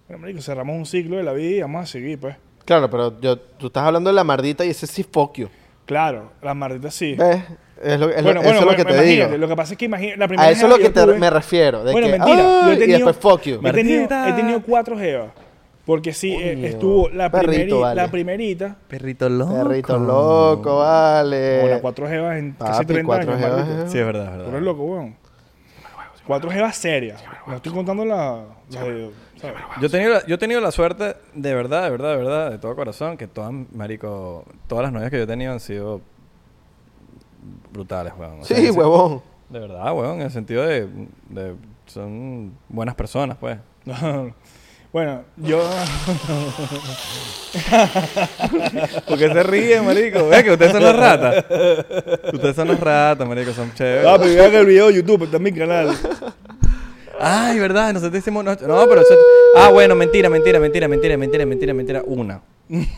A: bueno, marico, cerramos un ciclo de la vida y vamos a seguir, pues.
C: Claro, pero yo, tú estás hablando de la mardita y ese sí fuck you.
A: Claro, las marditas sí.
C: ¿Ves? Es lo, es lo-
A: Bueno,
C: eso
A: bueno,
C: es lo que
A: bueno,
C: te
A: imagínate,
C: digo.
A: Lo que pasa es que imagínate, la primera
C: A eso es lo
A: jeva
C: que te-
A: yo tuve-
C: me refiero. De
A: Bueno,
C: que,
A: mentira. Yo he
C: "Ay",
A: tenido,
C: y después fuck you.
A: He tenido,
B: Martita.
A: he tenido cuatro jevas. Porque sí, eh,
C: Coño.
A: estuvo la,
C: Perrito,
A: primeri-
C: vale.
A: la primerita.
B: Perrito loco.
C: Perrito loco,
A: o las
C: vale.
A: cuatro jevas en casi
C: Eh, papi,
A: 30
C: cuatro
A: años.
C: jevas,
A: marico.
C: eh.
B: Sí, es verdad, es
A: Tú
B: verdad.
A: eres loco, weón. Cuatro jevas serias. No estoy contando la... la de- ¿sabes?
B: Yo he, tenido la, yo he tenido la suerte, de verdad, de verdad, de verdad, de todo corazón, que todas, marico, todas las novias que yo he tenido han sido brutales, weón. O sea, en
C: Sí,
B: ese-
C: huevón.
B: De verdad, weón, en el sentido de, de- son buenas personas, pues.
A: bueno, yo...
B: Porque se ríen, marico. Ves que ustedes son las ratas. Ustedes son las ratas, marico, son chéveres.
A: Papi, vean el video de YouTube, está en mi canal.
B: Ay, verdad, nosotros hicimos... No, no, pero eso... Ah, bueno, mentira, mentira, mentira, mentira, mentira, mentira, mentira. Una.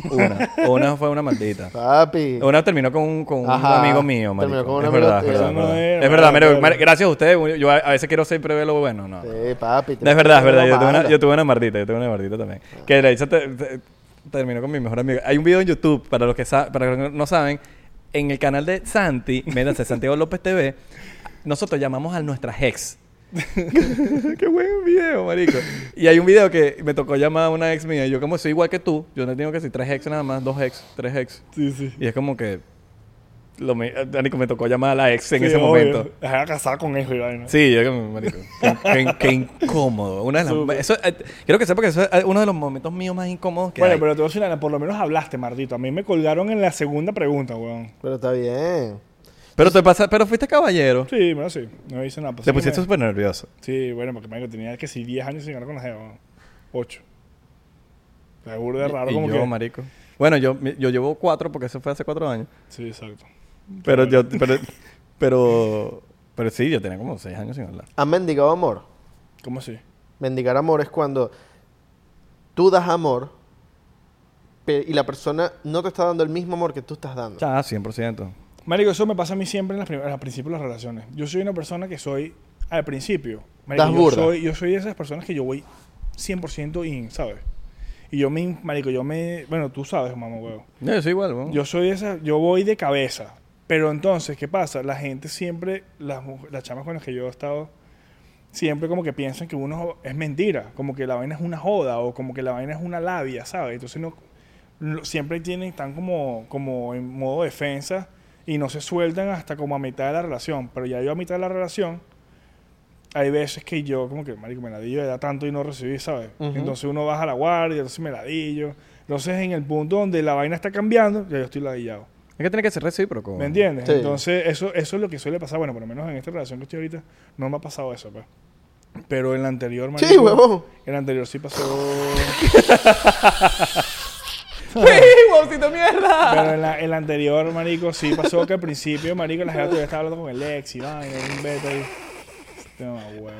B: Una. Una fue una maldita.
C: Papi.
B: Una terminó con un, con un
C: Ajá.
B: amigo mío, marico.
C: Terminó con un
B: es
C: amigo
B: verdad, es
C: tuyo.
B: verdad.
A: Eso no
B: es verdad.
A: era,
B: Es verdad,
A: marico,
B: mira,
A: claro.
B: mar- gracias a ustedes. Yo a, a veces quiero siempre ver lo bueno, no.
C: Sí, papi.
B: No, es verdad, es verdad. Yo tuve, una,
C: Mala.
B: yo tuve una mardita, yo tuve una mardita también.
C: Ah.
B: Que la hice, te- te- terminó con mi mejor amigo. Hay un video en YouTube, para los que, sa- para los que no saben, en el canal de Santi, métanse Santiago López TV, nosotros llamamos a nuestras ex. Qué buen video, marico. Y hay un video que me tocó llamar a una ex mía. Y yo, como soy igual que tú, yo no tengo que decir tres ex nada más, dos ex, tres ex.
A: Sí, sí.
B: Y es como que. Lo me, marico, me tocó llamar a la ex en
A: Sí,
B: ese
A: obvio.
B: momento.
A: Ajá, casada con eso y vaina.
B: Sí, yo como, marico. Qué, qué- qué incómodo. Una de las-
A: Súper.
B: eso, eh, quiero que sepa que eso es eh, uno de los momentos míos más incómodos que
A: Bueno,
B: hay.
A: pero te voy a decir una- por lo menos hablaste, Mardito. A mí me colgaron en la segunda pregunta, weón.
C: Pero está bien.
B: Pero te pasa, pero fuiste caballero.
A: Sí, bueno, sí. No hice nada. pues,
B: Te
A: sí,
B: pusiste
A: me-
B: súper nervioso.
A: Sí, bueno, porque marico, tenía que si 10 años sin ganar con la jeva, weón. 8. Seguro de raro
B: y
A: como
B: yo,
A: que...
B: marico. Bueno, yo, yo llevo cuatro porque eso fue hace cuatro años.
A: Sí, exacto.
B: Pero yo, pero, pero, pero sí, yo tenía como seis años sin hablar.
C: ¿Han mendigado amor?
A: ¿Cómo así?
C: Mendigar amor es cuando tú das amor pe- y la persona no te está dando el mismo amor que tú estás dando.
B: Ah, 100%.
A: Marico, eso me pasa a mí siempre en las, prim- en los principios de las relaciones. Yo soy una persona que soy, al principio, marico,
C: Das
A: yo,
C: burda.
A: soy, yo soy de esas personas que yo voy 100% in, ¿sabes? Y yo me, marico, yo me, bueno, tú sabes, mamá, huevo.
B: No, yo soy igual, weón.
A: Yo soy esa, yo voy de cabeza. Pero entonces, ¿qué pasa? La gente siempre, las, mu- las chamas con las que yo he estado, siempre como que piensan que uno es mentira, como que la vaina es una joda o como que la vaina es una labia, ¿sabes? Entonces no, lo- siempre tienen, están como, como en modo defensa y no se sueltan hasta como a mitad de la relación. Pero ya yo a mitad de la relación, hay veces que yo como que, marico, me ladillo de da tanto y no recibí, ¿sabes?
C: Ujú.
A: Entonces uno baja la guardia, entonces me ladillo. Entonces en el punto donde la vaina está cambiando, ya yo estoy ladillado.
B: Es que tiene que ser recíproco.
A: ¿Me entiendes?
C: Sí.
A: Entonces, eso, eso es lo que suele pasar. Bueno, por lo menos en esta relación que estoy ahorita, no me ha pasado eso, pues. Pero en la anterior,
C: Sí,
A: marico,
C: huevón.
A: En la anterior sí pasó.
B: ¡Huevocito mierda!
A: pero en la, en la anterior, marico, sí pasó que al principio, marico, la gente todavía estaba hablando con el ex y vaina, un beta ahí. Este huevo.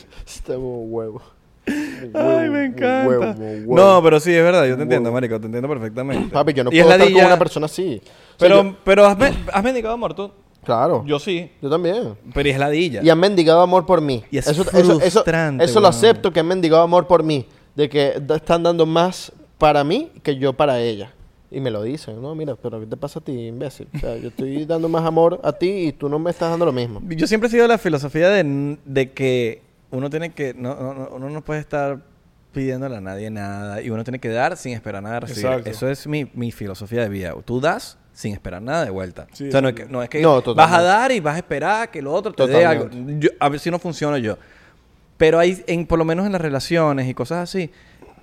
C: Este huevo.
B: Ay, me encanta.
C: Huevo, huevo.
B: No, pero sí, es verdad, yo te entiendo,
C: Huevo.
B: marico, te entiendo perfectamente.
C: Papi, yo no
B: Y es
C: puedo estar con
B: ladilla.
C: una persona así. O sea,
B: Pero,
C: yo-
B: pero has, men- has mendigado amor tú.
C: claro. Yo,
B: Yo sí.
C: también.
B: Pero es ladilla.
C: Y han mendigado amor por mí.
B: Y es
C: eso, eso, eso,
B: frustrante,
C: eso lo
B: weón.
C: acepto, que han mendigado amor por mí. De que da- están dando más para mí que yo para ella. Y me lo dicen, ¿no? Mira, pero ¿qué te pasa a ti, imbécil? O sea, yo estoy dando más amor a ti y tú no me estás dando lo mismo.
B: Yo siempre he sido de la filosofía de, de que uno tiene que. No, no- no- uno no puede estar pidiéndole a nadie nada y uno tiene que dar sin esperar nada de recibir.
A: Exacto.
B: Eso es mi, mi filosofía de vida. Tú das sin esperar nada de vuelta.
A: Sí,
B: o sea, no es que, no es que
C: No,
B: vas a
C: totalmente.
B: dar y vas a esperar a que el otro te dé algo.
C: Totalmente.
B: Yo- a ver si no funciona yo. Pero hay, en, por lo menos en las relaciones y cosas así,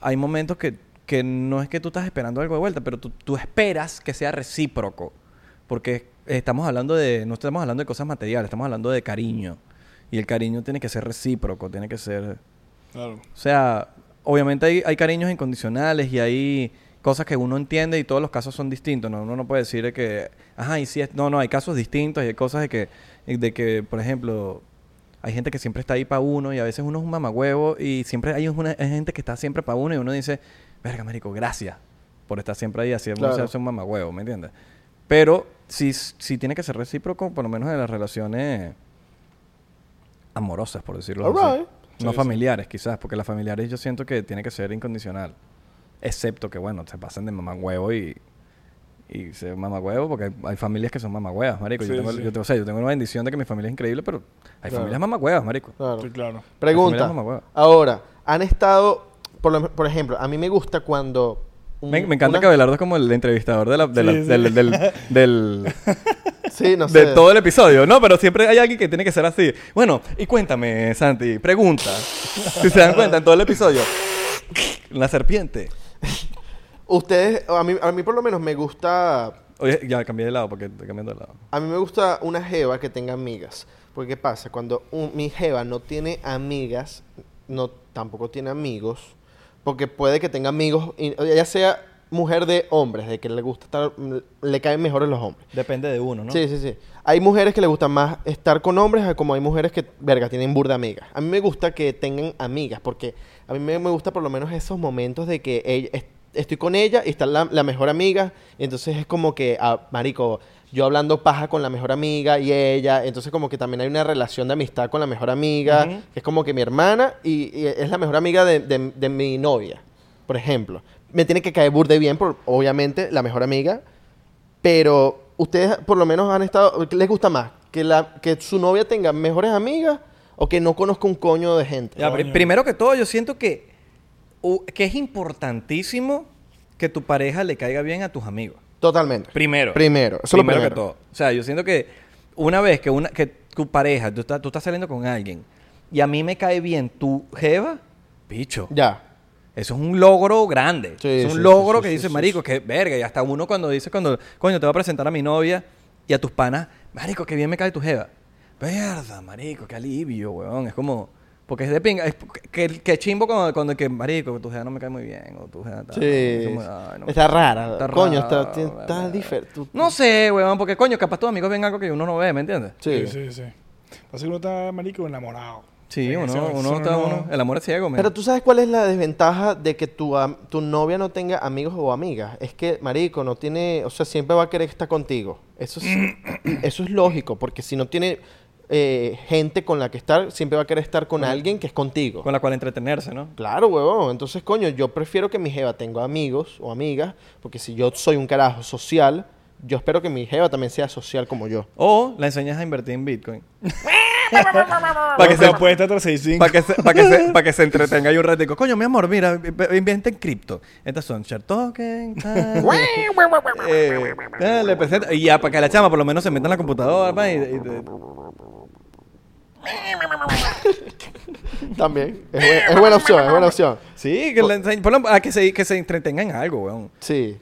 B: hay momentos que, que no es que tú estás esperando algo de vuelta, pero tú, tú esperas que sea recíproco. Porque estamos hablando de, no estamos hablando de cosas materiales, estamos hablando de cariño. Y el cariño tiene que ser recíproco, tiene que ser...
A: Claro.
B: O sea, obviamente hay, hay cariños incondicionales y hay cosas que uno entiende y todos los casos son distintos. ¿no? Uno no puede decir de que, ajá, y si es... No, no, hay casos distintos y hay cosas de que, de que por ejemplo, hay gente que siempre está ahí para uno y a veces uno es un mamagüevo y siempre hay, una, hay gente que está siempre para uno y uno dice, verga, marico, gracias por estar siempre ahí. Así uno se
C: Claro.
B: hace un mamagüevo, ¿me entiendes? Pero si, si tiene que ser recíproco, por lo menos en las relaciones amorosas, por decirlo así.
C: Alright.
B: No
A: Sí,
B: familiares, quizás, porque las familiares yo siento que tiene que ser incondicional. Excepto que, bueno, se pasen de mamagüevo y. Y se mamagüevo, porque hay, hay familias que son mamagüevas, marico. yo,
A: Sí,
B: tengo,
A: sí.
B: yo te- o sea, yo tengo una bendición de que mi familia es increíble, pero hay
C: Claro.
B: familias mamagüevas, marico.
C: Claro.
A: Estoy claro.
B: Así me
C: Pregunta.
B: llama, mamá.
C: Ahora, han estado, por, lo- por ejemplo, a mí me gusta cuando... un-
B: Me, me encanta
C: una-
B: que Abelardo es como el entrevistador de la- de la-
A: Sí, sí.
B: del, del, del-
C: Sí, no sé.
B: de todo el episodio, ¿no? Pero siempre hay alguien que tiene que ser así. Bueno, y cuéntame, Santi, pregunta. Si se dan cuenta, en todo el episodio. La serpiente.
C: Ustedes, a mí, a mí por lo menos me gusta...
B: Oye, ya cambié de lado porque estoy cambiando de lado.
C: A mí me gusta una jeva que tenga amigas. Porque ¿qué pasa? Cuando un- mi jeva no tiene amigas, no tampoco tiene amigos, porque puede que tenga amigos, y- ella sea mujer de hombres, de que le gusta estar, le caen mejores los hombres.
B: Depende de uno, ¿no?
C: Sí, sí, sí. Hay mujeres que le gustan más estar con hombres, a como hay mujeres que, verga, tienen burda amigas. A mí me gusta que tengan amigas, porque a mí me, me gusta por lo menos esos momentos de que ella- est- estoy con ella y está la, la mejor amiga, y entonces es como que, ah, marico, yo hablando paja con la mejor amiga y ella, entonces como que también hay una relación de amistad con la mejor amiga,
B: Ujú.
C: que es como que mi hermana y, y es la mejor amiga de, de- de mi novia, por ejemplo. Me tiene que caer burda bien, por, obviamente, la mejor amiga. Pero ustedes por lo menos han estado, ¿qué les gusta más? ¿Que, la, que su novia tenga mejores amigas o que no conozco un coño de gente.
B: Ya,
A: Coño.
B: pri- primero que todo, yo siento que, u- que es importantísimo que tu pareja le caiga bien a tus amigos.
C: Totalmente.
B: Primero.
C: Primero. Eso es lo
B: Primero
C: primero.
B: que todo. O sea, yo siento que una vez que una que tu pareja, tú estás, tú estás saliendo con alguien y a mí me cae bien tu jeva, bicho.
C: Ya.
B: Eso es un logro grande.
C: Sí,
B: es un
C: sí,
B: logro
C: sí,
B: que
C: sí,
B: dice,
C: sí,
B: marico, que verga. Y hasta uno cuando dice, cuando, coño, te voy a presentar a mi novia y a tus panas, marico, que bien me cae tu jeva. Verda, marico, qué alivio, weón. Es como, porque es de pinga. Es que, que chimbo cuando, cuando que, marico, tu jeva no me cae muy bien. O tu jeva tal. Es
C: Sí.
B: como, "Ay, no me
C: está rara.
B: Está
C: coño,
B: raro,
C: está, tiene- está
B: weón.
C: diferente.
B: No sé, weón, porque coño, capaz tus amigos ven algo que uno no ve, ¿me entiendes?
C: Sí.
A: sí, sí. Pasa que uno está marico enamorado.
B: Sí,
A: En
B: uno,
A: ese momento
B: uno está
A: no-
B: uno. El amor es ciego, men.
C: Pero tú sabes cuál es la desventaja de que tu, am- tu novia no tenga amigos o amigas. Es que, marico, no tiene. O sea, siempre va a querer estar contigo. Eso es, eso es lógico, porque si no tiene eh, gente con la que estar, siempre va a querer estar con alguien que es contigo.
B: Con la cual entretenerse, ¿no?
C: Claro, huevón. Entonces, coño, yo prefiero que mi jeva tenga amigos o amigas, porque si yo soy un carajo social, yo espero que mi jeva también sea social como yo.
B: O la enseñas a invertir en Bitcoin.
A: Para que se apuesta tras 65.
B: Para que, se, pa' que, se, pa' que se entretenga ahí un ratico. Coño, mi amor, mira, ve- inventa en cripto. Estas son share token, tal. Eh, eh, le presenta- Y ya, para que la chama por lo menos se meta en la computadora, pa, y, y te-
C: También. Es, buen- es buena opción, es buena opción.
B: Sí, que le enseñe- por lo- a que se, que se entretengan en algo, weón.
C: Sí.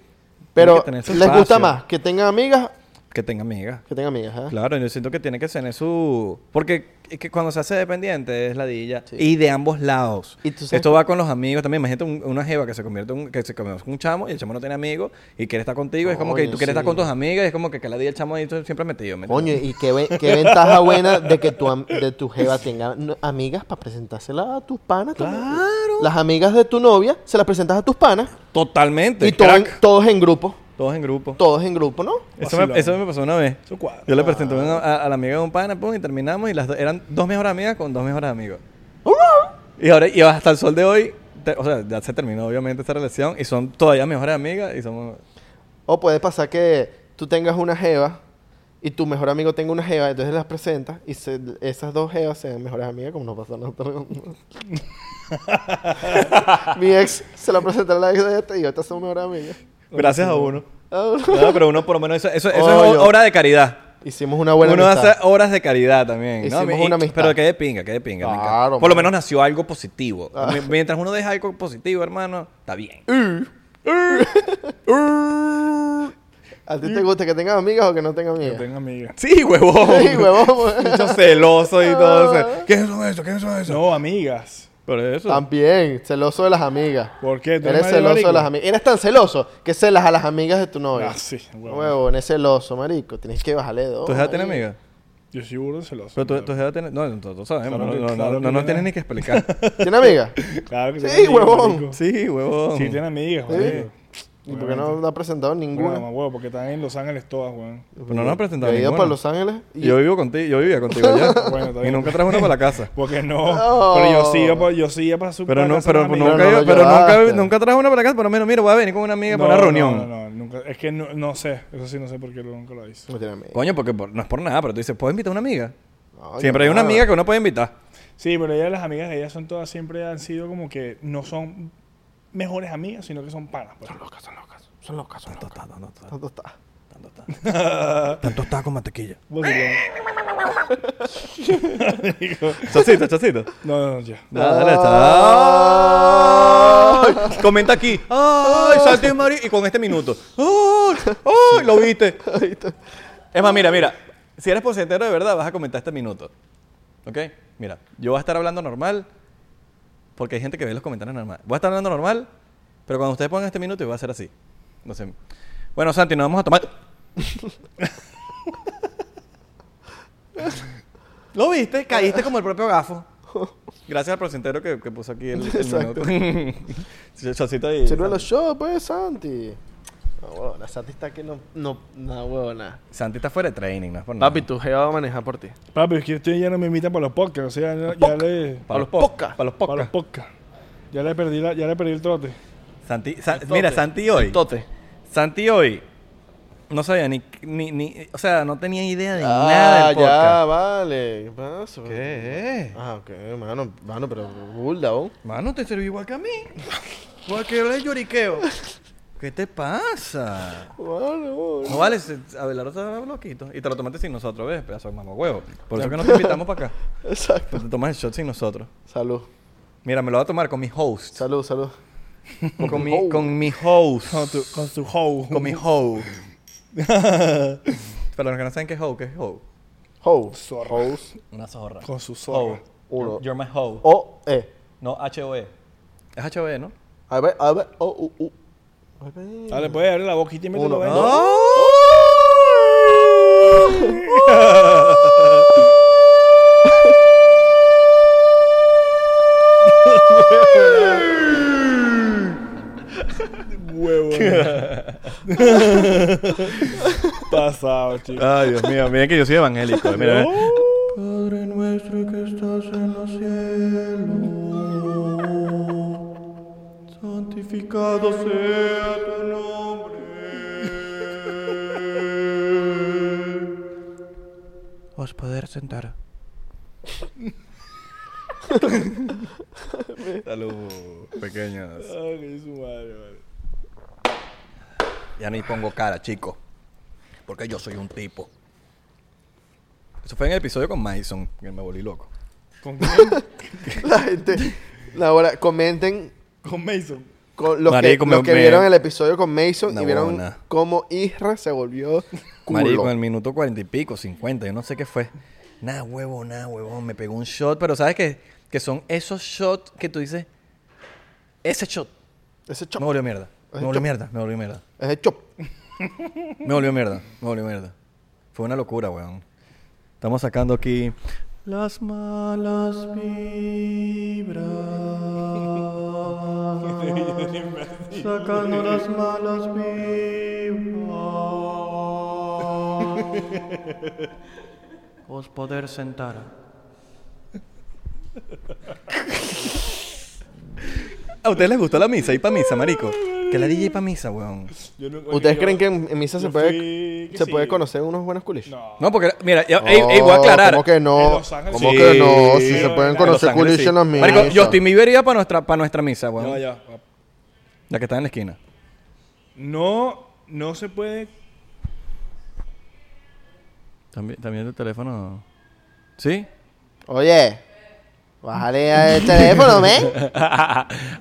C: Pero
B: que tener su
C: les gusta
B: espacio.
C: más que tengan amigas
B: Que tenga amigas.
C: que tengan amigas. ¿ah?
B: Claro, yo siento que tiene que tener su... Porque es que cuando se hace dependiente es ladilla. Y de ambos lados.
C: ¿Y tú sabes
B: Esto va con los amigos también. Imagínate un- una jeva que se convierte en, que se convierte en un chamo y el chamo no tiene amigos y quiere estar contigo. y es como que
C: Coño,
B: tú quieres estar
C: sí.
B: con tus amigas y es como que, que ladilla el chamo ahí siempre metido. ¿me
C: Coño,
B: entiendes?
C: y qué, ve- qué ventaja buena de que tu, am- de tu jeva tenga no- amigas para presentársela a tus panas. también.
B: Claro.
C: Las amigas de tu novia se las presentas a tus panas
B: Totalmente.
C: y todo en-
B: crack.
C: todos en grupo.
B: Todos en grupo.
C: Todos en grupo, ¿no?
B: Eso me,
A: Vacilón.
B: eso me pasó una vez.
A: Eso cuadra.
B: Yo le presenté una- a, a la amiga de un pana pum, y terminamos y las do- eran dos mejores amigas con dos mejores amigos. Y ahora y hasta el sol de hoy, te- o sea, ya se terminó obviamente esta relación y son todavía mejores amigas y somos...
C: O puede pasar que tú tengas una jeva y tu mejor amigo tenga una jeva, entonces las presentas y se- esas dos jevas sean mejores amigas, como nos pasó a nosotros. Mi ex se la presentará a la ex de esta y estas son mejores amigas.
B: Gracias a uno.
C: Ah,
B: No, pero uno por lo menos eso, eso, eso es
C: Coño.
B: o- obra de caridad.
C: Hicimos una buena
B: uno
C: amistad.
B: hace horas de caridad también. ¿no?
C: Hicimos
B: Y-
C: una amistad.
B: Pero que de pinga, que de pinga. me encanta.
C: Claro,
B: por lo
C: mano.
B: menos nació algo positivo.
C: Ah.
B: Mi- Mientras uno deja algo positivo, hermano, está bien.
C: ¿A ti te gusta que tengas amigas o que no tengas
A: Yo
C: amigas?
A: tengo amigas.
B: Sí, huevón.
C: Sí, huevón.
B: Mucho celoso y todo eso. ¿Quiénes son esos? ¿Quiénes son esos?
A: No, amigas.
B: Por eso.
C: También, celoso de las amigas.
A: ¿Por qué? ¿Tú
C: Eres
A: eres
C: celoso
A: marico?
C: de las amigas. Eres tan celoso que celas a las amigas de tu novia.
A: Ah, sí, huevón.
C: Huevón, eres celoso, marico. Tienes que bajarle dos.
B: ¿Tú dejas tener
C: marico.
B: amigas?
A: Yo soy burro celoso.
B: Pero tú, tú dejas tener... No, nosotros sabemos.
A: Claro
B: No,
A: que-
B: no, no,
A: claro
B: no,
A: que
B: no nos
A: no.
B: tienes ni que explicar.
C: ¿Tiene amigas?
A: Claro que
C: Sí,
A: tengo amigas,
C: huevón.
A: marico.
B: sí, huevón.
A: Sí, tiene amigas,
C: Sí.
A: marico.
C: ¿Y por qué no la ha presentado
A: Bueno,
C: ninguna?
A: mamá, huevo, porque están en Los Ángeles todas, weón.
B: Pero no nos has presentado
C: Yo he ido
B: ninguna.
C: para Los Ángeles y
B: Yo vivo contigo, yo vivía contigo allá.
A: Bueno, está
B: y
A: bien.
B: nunca trajo una para la casa.
A: Porque no.
C: Oh.
A: Pero yo sí iba pa- yo sí iba para su
B: Pero
A: para
B: no,
A: casa con
B: pero,
A: amigas.
B: nunca,
C: no lo
B: pero nunca,
C: llevaste.
B: nunca trajo una para la casa, por lo menos, mira, voy a venir con una amiga para una reunión.
A: No, no, no, nunca. Es que no, no sé. Eso sí, no sé por qué lo- nunca lo hice.
C: no tiene amigas.
B: Coño, porque por- no es por nada, pero tú dices, ¿puedo invitar a una amiga?
C: No,
B: Siempre
C: yo
B: hay una
C: nada.
B: amiga que uno puede invitar.
A: Sí, pero ellas, las amigas de ellas son todas, siempre han sido como que no son mejores amigas, sino que son panas. pues.
C: Locas, son locas. Son locas, son locas.
B: está, tanto está,
C: ¿Dónde está?
B: tanto está. Tanto está con mantequilla. Chocito, chocito.
A: No, no, no, ya.
B: Dale, dale, está. Ay, Comenta aquí. Ay, salte y Mari. Y con este minuto. Ay, ay, lo viste. Es más, mira, mira. Si eres posientero de verdad, vas a comentar este minuto. ¿Ok? Mira, yo voy a estar hablando normal. Porque hay gente que ve los comentarios normal. Voy a estar hablando normal. Pero cuando ustedes pongan este minuto, yo voy a hacer así. No sé. Bueno, Santi, nos vamos a tomar. ¿Lo viste? Caíste como el propio gafo. Gracias al presentero que, que puso aquí el, el
C: Exacto.
B: minuto. Chocito ahí.
C: Sirve los shows, pues, Santi. No, huevona, Santi está que no... No, no, huevona.
B: Santi está fuera de training, ¿no? es por nada.
C: Papi, tu jeva va a manejar por ti.
A: Papi, es que ustedes ya no me invitan para los podcasts. O sea, ya, ya le.
B: Para los
C: Pocas.
B: pocas. Para los
A: Para los
B: pocas.
A: podcasts. Ya le perdí, la, ya le perdí el trote.
B: Ah, Santi, Sa- mira, Santi hoy.
C: Tote.
B: Santi hoy No sabía ni, ni, ni- O sea, no tenía idea de nada
C: Ah,
B: del
C: ya,
B: podcast.
C: vale. ¿Qué pasa?
B: ¿Qué?
C: Ah, ok, mano, mano, pero cool, down.
B: Mano, te sirvió igual que a mí. ¿Por qué le lloriqueo? ¿Qué te pasa?
C: Mano,
B: No vale, se- Abelardo estaba loquito. Y te lo tomaste sin nosotros, ¿ves? Pedazo de mamá huevo. Por eso que no te invitamos para acá.
C: exacto.
B: Pero te tomas el shot sin nosotros.
C: Salud,
B: Mira, me lo voy a tomar con mi host.
C: salud, salud.
B: Con mi, con mi host.
A: Con tu, con tu hoe.
B: Con mi host. Para los que no saben qué es host, ¿qué es host?
C: House.
A: Zorra.
C: House.
B: Una zorra.
A: Con su zorra.
C: Oh. Uno.
B: You're my hoe.
C: O, E.
B: No, H-O-E. Es H-O-E, ¿no?
C: A ver, a ver, O, U, U. A ver.
A: Dale, puedes abrir la boquita y mételo
C: Uno,
A: ahí.
C: dos.
B: ¡Oh!
A: Huevo. Pasado, chico.
B: Ay, Dios mío. Miren que yo soy evangélico. eh, Mira, eh.
D: Padre nuestro que estás en los cielos, santificado sea tu nombre. Os poder sentar.
B: Salud, pequeños.
A: Ay, qué su madre, vale.
B: Ya ni pongo cara, chico. Porque yo soy un tipo. Eso fue en el episodio con Mason, que me volví loco.
A: ¿Con quién?
C: La gente. Ahora, comenten
A: Con Mason.
C: con los
B: Marico,
C: que,
B: me-
C: los que
B: me-
C: vieron el episodio con Mason
B: No,
C: y vieron
B: no.
C: cómo Isra se volvió culo.
B: Marico, en el minuto cuarenta y pico, cincuenta, yo no sé qué fue. Nah, huevo, nah, huevón. Me pegó un shot, pero ¿sabes qué? Que son esos shots que tú dices. Ese shot.
C: Ese chop.
B: Me volvió mierda. Me
C: Ese
B: volvió
C: chop.
B: mierda, me volvió mierda.
C: Ese chop.
B: Me volvió mierda, me volvió mierda. Fue una locura, weón. Estamos sacando aquí.
D: Las malas vibras, sacando las malas vibras. Os poder sentar.
B: ¿A ustedes les gustó la misa? ¿Y pa' misa, marico? Que la DJ pa' misa, weón.
A: Yo no-
C: ¿Ustedes
A: yo-
C: creen que en, en misa se
A: yo
C: puede,
A: fui que
C: se
A: sí.
C: puede conocer unos buenos culiches?
A: No.
B: No, porque, mira, ya- ey, ey, voy a
C: No,
B: aclarar.
C: Oh, ¿Cómo que
A: En
C: no?
A: Los Ángeles
C: ¿Cómo
A: sí.
C: que no? Si
A: Sí,
C: se pueden
A: en
B: Los
C: conocer
B: Ángeles,
C: culiches
B: sí.
C: en las misas.
B: Marico, Justin Bieber iba para nuestra, pa' nuestra misa,
A: Ya
B: weón.
A: va, ya va.
B: La que está en la esquina.
A: No, no se puede.
B: También, también el teléfono. ¿Sí?
C: Oye, bájale a el teléfono, ¿me?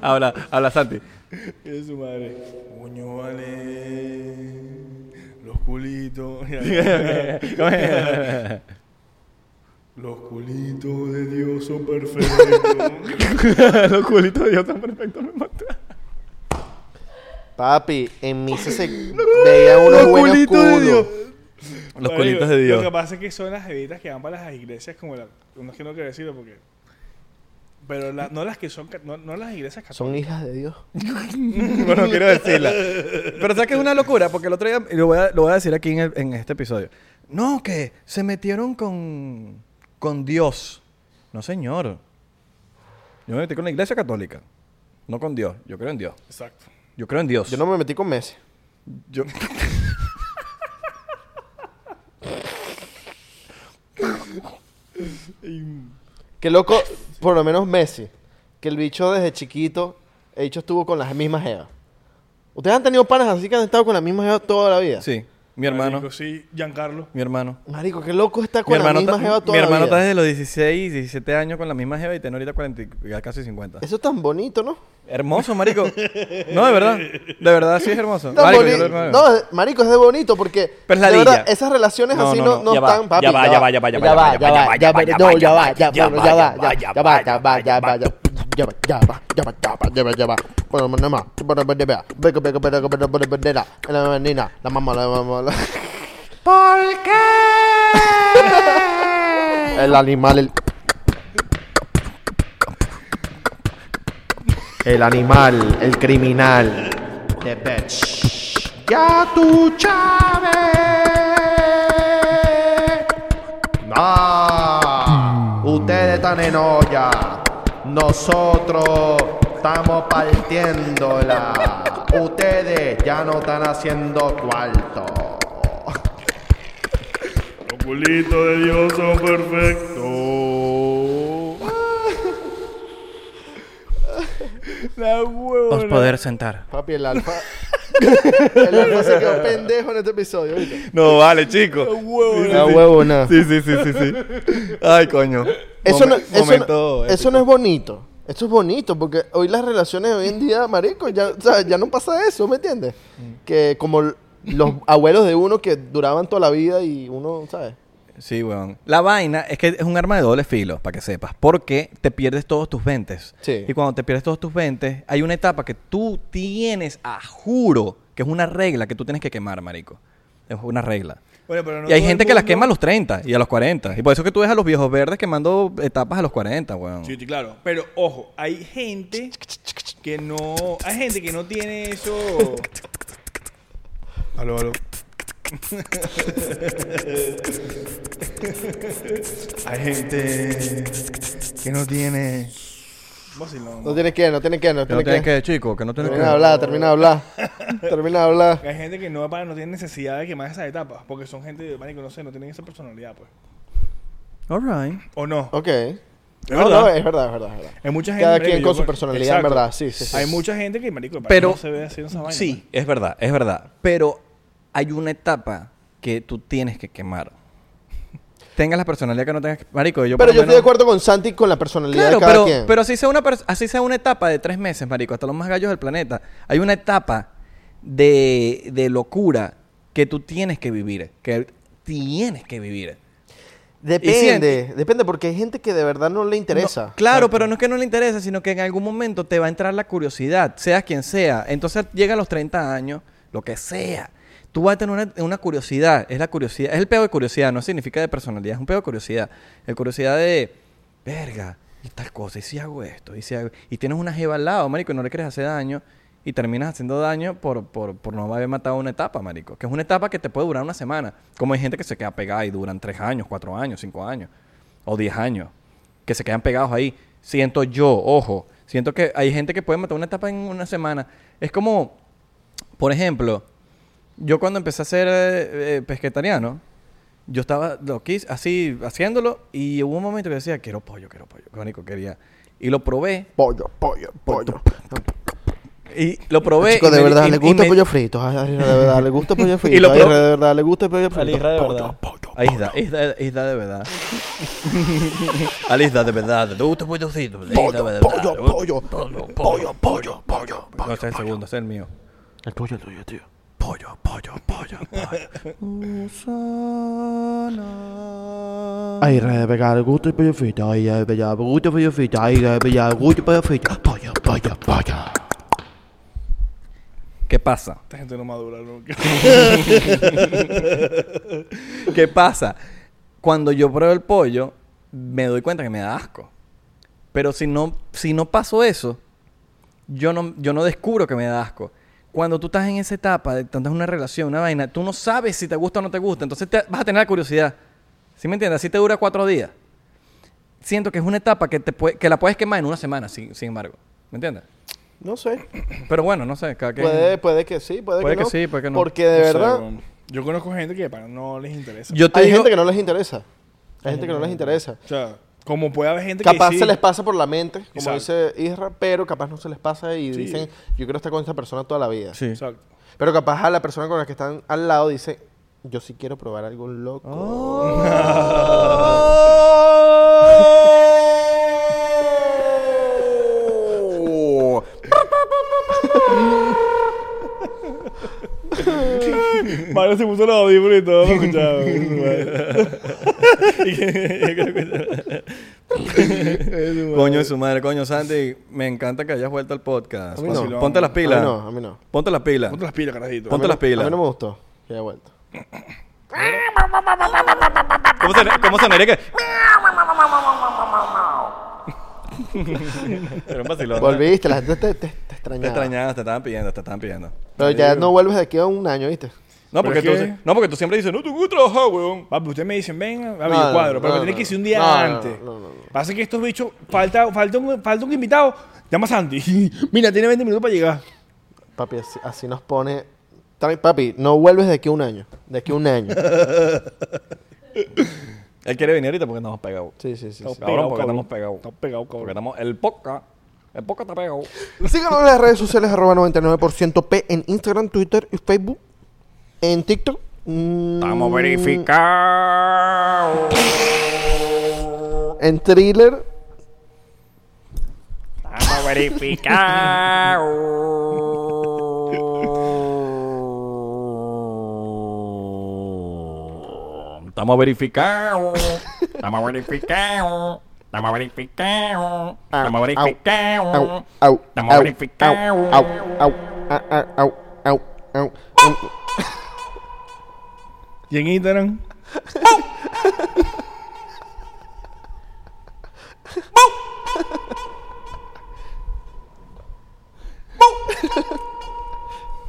B: habla, habla Santi.
A: Es su madre. Coño, vale. Los culitos. Los culitos de Dios son perfectos.
B: Los culitos de Dios tan perfectos me mataron.
C: Papi, en misa se veía unos
B: Los
C: buenos
B: culitos de Dios.
C: culos.
B: Los
A: Marico,
B: culitos de
A: Lo que
B: Dios.
A: pasa es que son las evitas que van para las iglesias como la... No es que no quiero decirlo porque... Pero la- no las que son... ca- No, no las iglesias católicas.
C: Son hijas de Dios.
B: bueno, quiero decirla. Pero ¿sabes que es una locura? Porque el otro día, y lo voy a, lo voy a decir aquí en, el- en este episodio. No, que se metieron con, con Dios. No, señor. Yo me metí con la iglesia católica. No con Dios. Yo creo en Dios.
A: Exacto.
B: Yo creo en Dios.
C: Yo no me metí con Messi.
B: Yo-
C: Qué loco, por lo menos Messi, que el bicho desde chiquito, el bicho estuvo con las mismas jevas. ¿Ustedes han tenido panas así que han estado con las mismas jevas toda la vida?
B: Sí, mi hermano.
A: Marico, sí, Giancarlo.
B: Mi hermano.
C: Marico, qué loco está
B: Mi
C: con la
B: hermano,
C: misma
B: ta-
C: jeva toda
B: mi hermano
C: la
B: está
C: vida.
B: desde los 16, 17 años con la misma jeva y tiene ahorita 40, y- ya casi 50.
C: Eso es tan bonito, ¿no?
B: Hermoso, marico. No, de verdad. De verdad, sí es hermoso.
C: Tan
B: Marico,
C: boni-
B: yo lo hermano.
C: No, es- marico, es de bonito porque de
B: Pero es ladilla.
C: verdad, esas relaciones
B: No,
C: así
B: no,
C: no,
B: no,
C: no
B: ya va,
C: están, papi.
B: ya va, ya va, ya va, ya va, ya va, ya va, ya va,
C: no,
B: ya va,
C: ya va,
B: ya
C: ya
B: va,
C: bueno, ya
B: ya va,
C: va, ya
B: ya
C: ya
B: va,
C: va, ya va, ya va, ya ya va, ya va, ya va, ya va, ya va, ya va. Bueno, nada más. Bueno, bueno, ya va. Venga, venga, venga, venga, venga, venga, venga, la nena, la mamá, la mamá, la-
D: ¿Por qué?
C: el animal, el... El animal, el criminal. The bitch.
D: Ya tú chave. Ah, ustedes están en olla. Nosotros estamos partiéndola. Ustedes ya no están haciendo cuarto.
A: culitos de Dios son perfectos. La
B: Os
A: huevo.
B: poder sentar.
C: Papi, el alfa. el alfa se quedó pendejo en este episodio. ¿viste?
B: No vale, chico.
C: Una huevona.
B: Sí, sí, sí, sí, sí. Ay, coño.
C: Eso, no,
B: Momen-
C: eso no-
B: momento
C: eso
B: épico.
C: no es bonito. Esto es bonito porque hoy las relaciones de hoy en día, marico, ya, o sea, ya no pasa eso, ¿me entiendes?
B: Mm.
C: Que como l- los abuelos de uno que duraban toda la vida y uno, ¿sabes?
B: Sí, weón. La vaina es que es un arma de doble filo, para que sepas. Porque te pierdes todos tus ventes.
C: Sí.
B: Y cuando te pierdes todos tus ventes, hay una etapa que tú tienes a juro que es una regla que tú tienes que quemar, marico. Es una regla.
A: Bueno, pero no
B: y hay
A: todo el
B: gente que las
A: mundo-
B: quema a los 30 y a los 40. Y por eso que tú ves a los viejos verdes quemando etapas a los 40, weón.
A: Sí, sí, claro. Pero ojo, hay gente que no. Hay gente que no tiene eso. Aló, aló. hay gente que no tiene. Vacilón.
C: No tienes que, no tienes que, no
B: Que no
C: tienes que.
B: tienes que, chico, que no tienes
C: Termina de
B: que.
C: hablar, termina de hablar. termina de hablar.
A: Hay gente que no, para- no tiene necesidad de quemar esas etapas. Porque son gente, marico, no sé, no tienen esa personalidad, pues.
B: All right.
A: O no.
C: Ok.
A: Es
C: No,
A: verdad.
C: no, es verdad, es verdad, es verdad.
B: Eh,
A: Hay mucha gente.
C: Cada
A: marico,
C: quien
A: yo
C: con su
A: con-
C: personalidad, en
A: Exacto.
C: verdad. Sí, sí, sí.
A: Hay mucha gente que, marico,
B: Pero-
A: no se ve haciendo esa vaina. pues.
B: Sí, es verdad, es verdad. Pero hay una etapa que tú tienes que quemar. Tengas la personalidad que no tengas. que- Marico, yo por
C: Pero
B: lo
C: yo estoy de
B: menos-
C: acuerdo con Santi con la personalidad
B: Claro,
C: de cada
B: pero,
C: quien.
B: pero así, sea una pers- así sea una etapa de tres meses, marico, hasta los más gallos del planeta, hay una etapa de, de locura que tú tienes que vivir, que tienes que vivir.
C: depende, depende, porque hay gente que de verdad no le interesa.
B: No, claro, pero no es que no le interesa, sino que en algún momento te va a entrar la curiosidad, seas quien sea. Entonces llega a los 30 años, lo que sea. Tú vas a tener una, una curiosidad, es la curiosidad, es el peo de curiosidad, no significa de personalidad, es un peo de curiosidad. El curiosidad de, verga, y tal cosa, y si hago esto, y si hago... Y tienes una jeva al lado, marico, y no le quieres hacer daño, y terminas haciendo daño por, por, por no haber matado una etapa, marico. Que es una etapa que te puede durar una semana. Como hay gente que se queda pegada y duran tres años, cuatro años, cinco años, o diez años que se quedan pegados ahí. Siento yo, ojo, siento que hay gente que puede matar una etapa en una semana. Es como, por ejemplo, yo cuando empecé a ser eh, eh, pesquetariano, yo estaba loquís, así haciéndolo y hubo un momento que decía, quiero pollo, quiero pollo, que marico quería. Y lo probé,
C: Pollo, pollo, pollo.
B: y lo probé.
C: Chicos,
B: y
C: de
B: me-
C: verdad,
B: y-
C: le
B: y
C: gusta
B: me-
C: el pollo frito. Ay, Isra, de verdad, le gusta el pollo frito.
B: Y lo
C: Ay, Isra,
B: pro-
C: de verdad, le gusta el pollo frito.
E: Isra, de
C: Pollo,
E: verdad.
C: pollo.
B: Ahí está, ahí está, ahí está de verdad. Ahí está de verdad. ¿Te gusta pollocito? Ahí está de verdad.
C: Pollo, pollo,
B: pollo,
C: pollo, pollo, pollo.
B: No, este es el segundo, este es el mío.
C: El pollo es tuyo, tío.
B: Pollo, pollo, pollo, pollo.
E: Ay, re de pegar el gusto y pollo frito. Ay, de pegar el gusto y pollo frito. Ay, de pegar el gusto y pollo frito. Pollo, pollo, pollo.
B: ¿Qué pasa?
A: Esta gente no madura nunca.
B: ¿Qué pasa? Cuando yo pruebo el pollo, me doy cuenta que me da asco. Pero si no, si no paso eso, yo no, yo no descubro que me da asco. Cuando tú estás en esa etapa, de tanto es una relación, una vaina, tú no sabes si te gusta o no te gusta. Entonces te- vas a tener la curiosidad. ¿Sí me entiendes? Así te dura cuatro días. Siento que es una etapa que, te pue- que la puedes quemar en una semana, sin, sin embargo. ¿Me entiendes?
C: No sé.
B: Pero bueno, no sé. Cada quien...
C: Puede, puede que sí, puede,
B: Puede
C: que,
B: que
C: no.
B: sí, puede que no.
C: Porque de
A: No sé, um,
C: verdad,
A: weón. yo conozco gente que para no les interesa.
B: Yo te
C: hay
B: digo-
C: gente que no les interesa. Hay gente que no les interesa.
A: O sea, como puede haber gente
C: Capaz
A: que sí,
C: se les pasa por la mente, como
A: Exacto.
C: dice Isra, pero capaz no se les pasa y dicen, yo quiero estar con esta persona toda la vida.
B: Sí.
A: Exacto.
C: Pero capaz a la persona con la que están al lado dice, yo sí quiero probar algo loco.
B: Oh.
A: Mario se puso los audífonos y todo lo escuchaba. güey. Y que-
B: Coño de su madre, coño Sandy, me encanta que hayas vuelto al podcast.
C: A mí no.
B: Vacilón. Ponte las pilas.
C: A mí no, a mí no.
B: Ponte las pilas.
A: Ponte las pilas, carajito.
B: Ponte las
C: A
B: pilas.
C: mí no me gustó que haya vuelto.
B: ¿Cómo, se, ¿Cómo sonaría que? Era un vacilón. ¿no?
C: Volviste, la gente te, te, te
B: Te
C: extrañaba.
B: extrañabas, te estaban pidiendo, te estaban pidiendo.
C: Pero ya no vuelves de aquí a un año, ¿viste?
B: No,
A: Pero
B: porque
A: es
B: tú,
A: que-
B: no, porque tú siempre dices, no, tengo que trabajar, weón.
A: Papi, ustedes me dicen, ven a
C: No, no,
A: videocuadro, pero
C: no,
A: me tiene
C: no,
A: que ir un día
C: no, no,
A: antes.
C: no, no, no.
A: Pasa que estos bichos, falta, falta, un, falta un invitado, llama a Santi. Mira, tiene 20 minutos para llegar.
C: Papi, así, así nos pone... Tra- Papi, no vuelves de aquí a un año. De aquí a un año.
B: Él quiere venir ahorita porque estamos pegados.
C: Sí, sí, sí.
B: Estamos
C: sí.
B: pegados porque
A: cabrón.
B: estamos pegados.
A: Estamos pegados, cabrón.
B: Porque estamos... El podcast... El podcast está pegado.
C: Síganos en las redes sociales arroba 99% P en Instagram, Twitter y Facebook. En TikTok. mm, Estamos
B: verificados.
C: En Thriller.
B: Estamos verificados. Estamos verificados. Estamos verificados. Estamos verificados. Estamos verificados.
C: Au, au,
B: Estamos
C: au,
B: verificados.
C: Au, au, au, au, au, au, au.
A: Y en Instagram.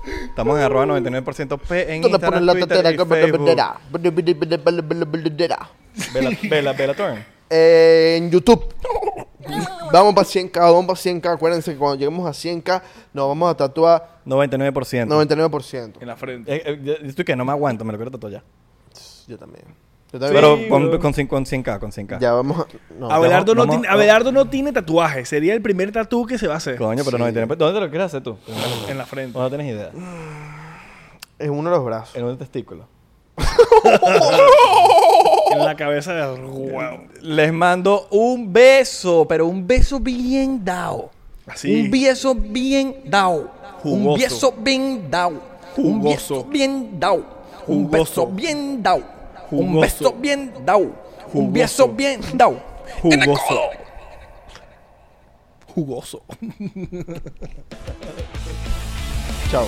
B: Estamos en arroba 99% P en
C: Tú le pones
B: Instagram,
C: la
B: Twitter
C: tetera
B: y
C: como
B: Facebook.
C: bandera. Bandera.
B: Vela, vela, vela, turn.
C: Eh, en YouTube. Vamos para 100k, vamos para 100k. Acuérdense que cuando lleguemos a 100k nos vamos a tatuar
B: 99%.
C: 99%.
A: En la frente.
B: Eh, eh, yo- yo estoy que no me aguanto, me lo quiero tatuar ya.
C: Yo también. Yo también.
B: Pero pon-
A: bro.
B: con, cin- con 100k, con 100k.
C: ya vamos a... No.
A: Abelardo, no
B: vamos-
A: tiene, Abelardo no tiene tatuaje. Sería el primer tatú que se va a hacer.
B: Coño, pero 99%. ¿Dónde te lo quieres hacer tú? No
A: En la frente.
B: tienes idea.
C: Es uno de los brazos.
B: En un testículo.
A: En la cabeza de wow.
B: Les mando un beso, pero un beso bien dado.
A: Así.
B: Un beso bien dado.
A: Jugoso.
B: Un beso bien dado. Un
A: Jugoso.
B: beso bien dado. Un
A: Jugoso.
B: beso bien dado. Un
A: Jugoso.
B: beso bien dado. Un beso
A: Jugoso.
B: bien dado. En el
A: Jugoso.
B: codo.
A: Jugoso.
C: Chao.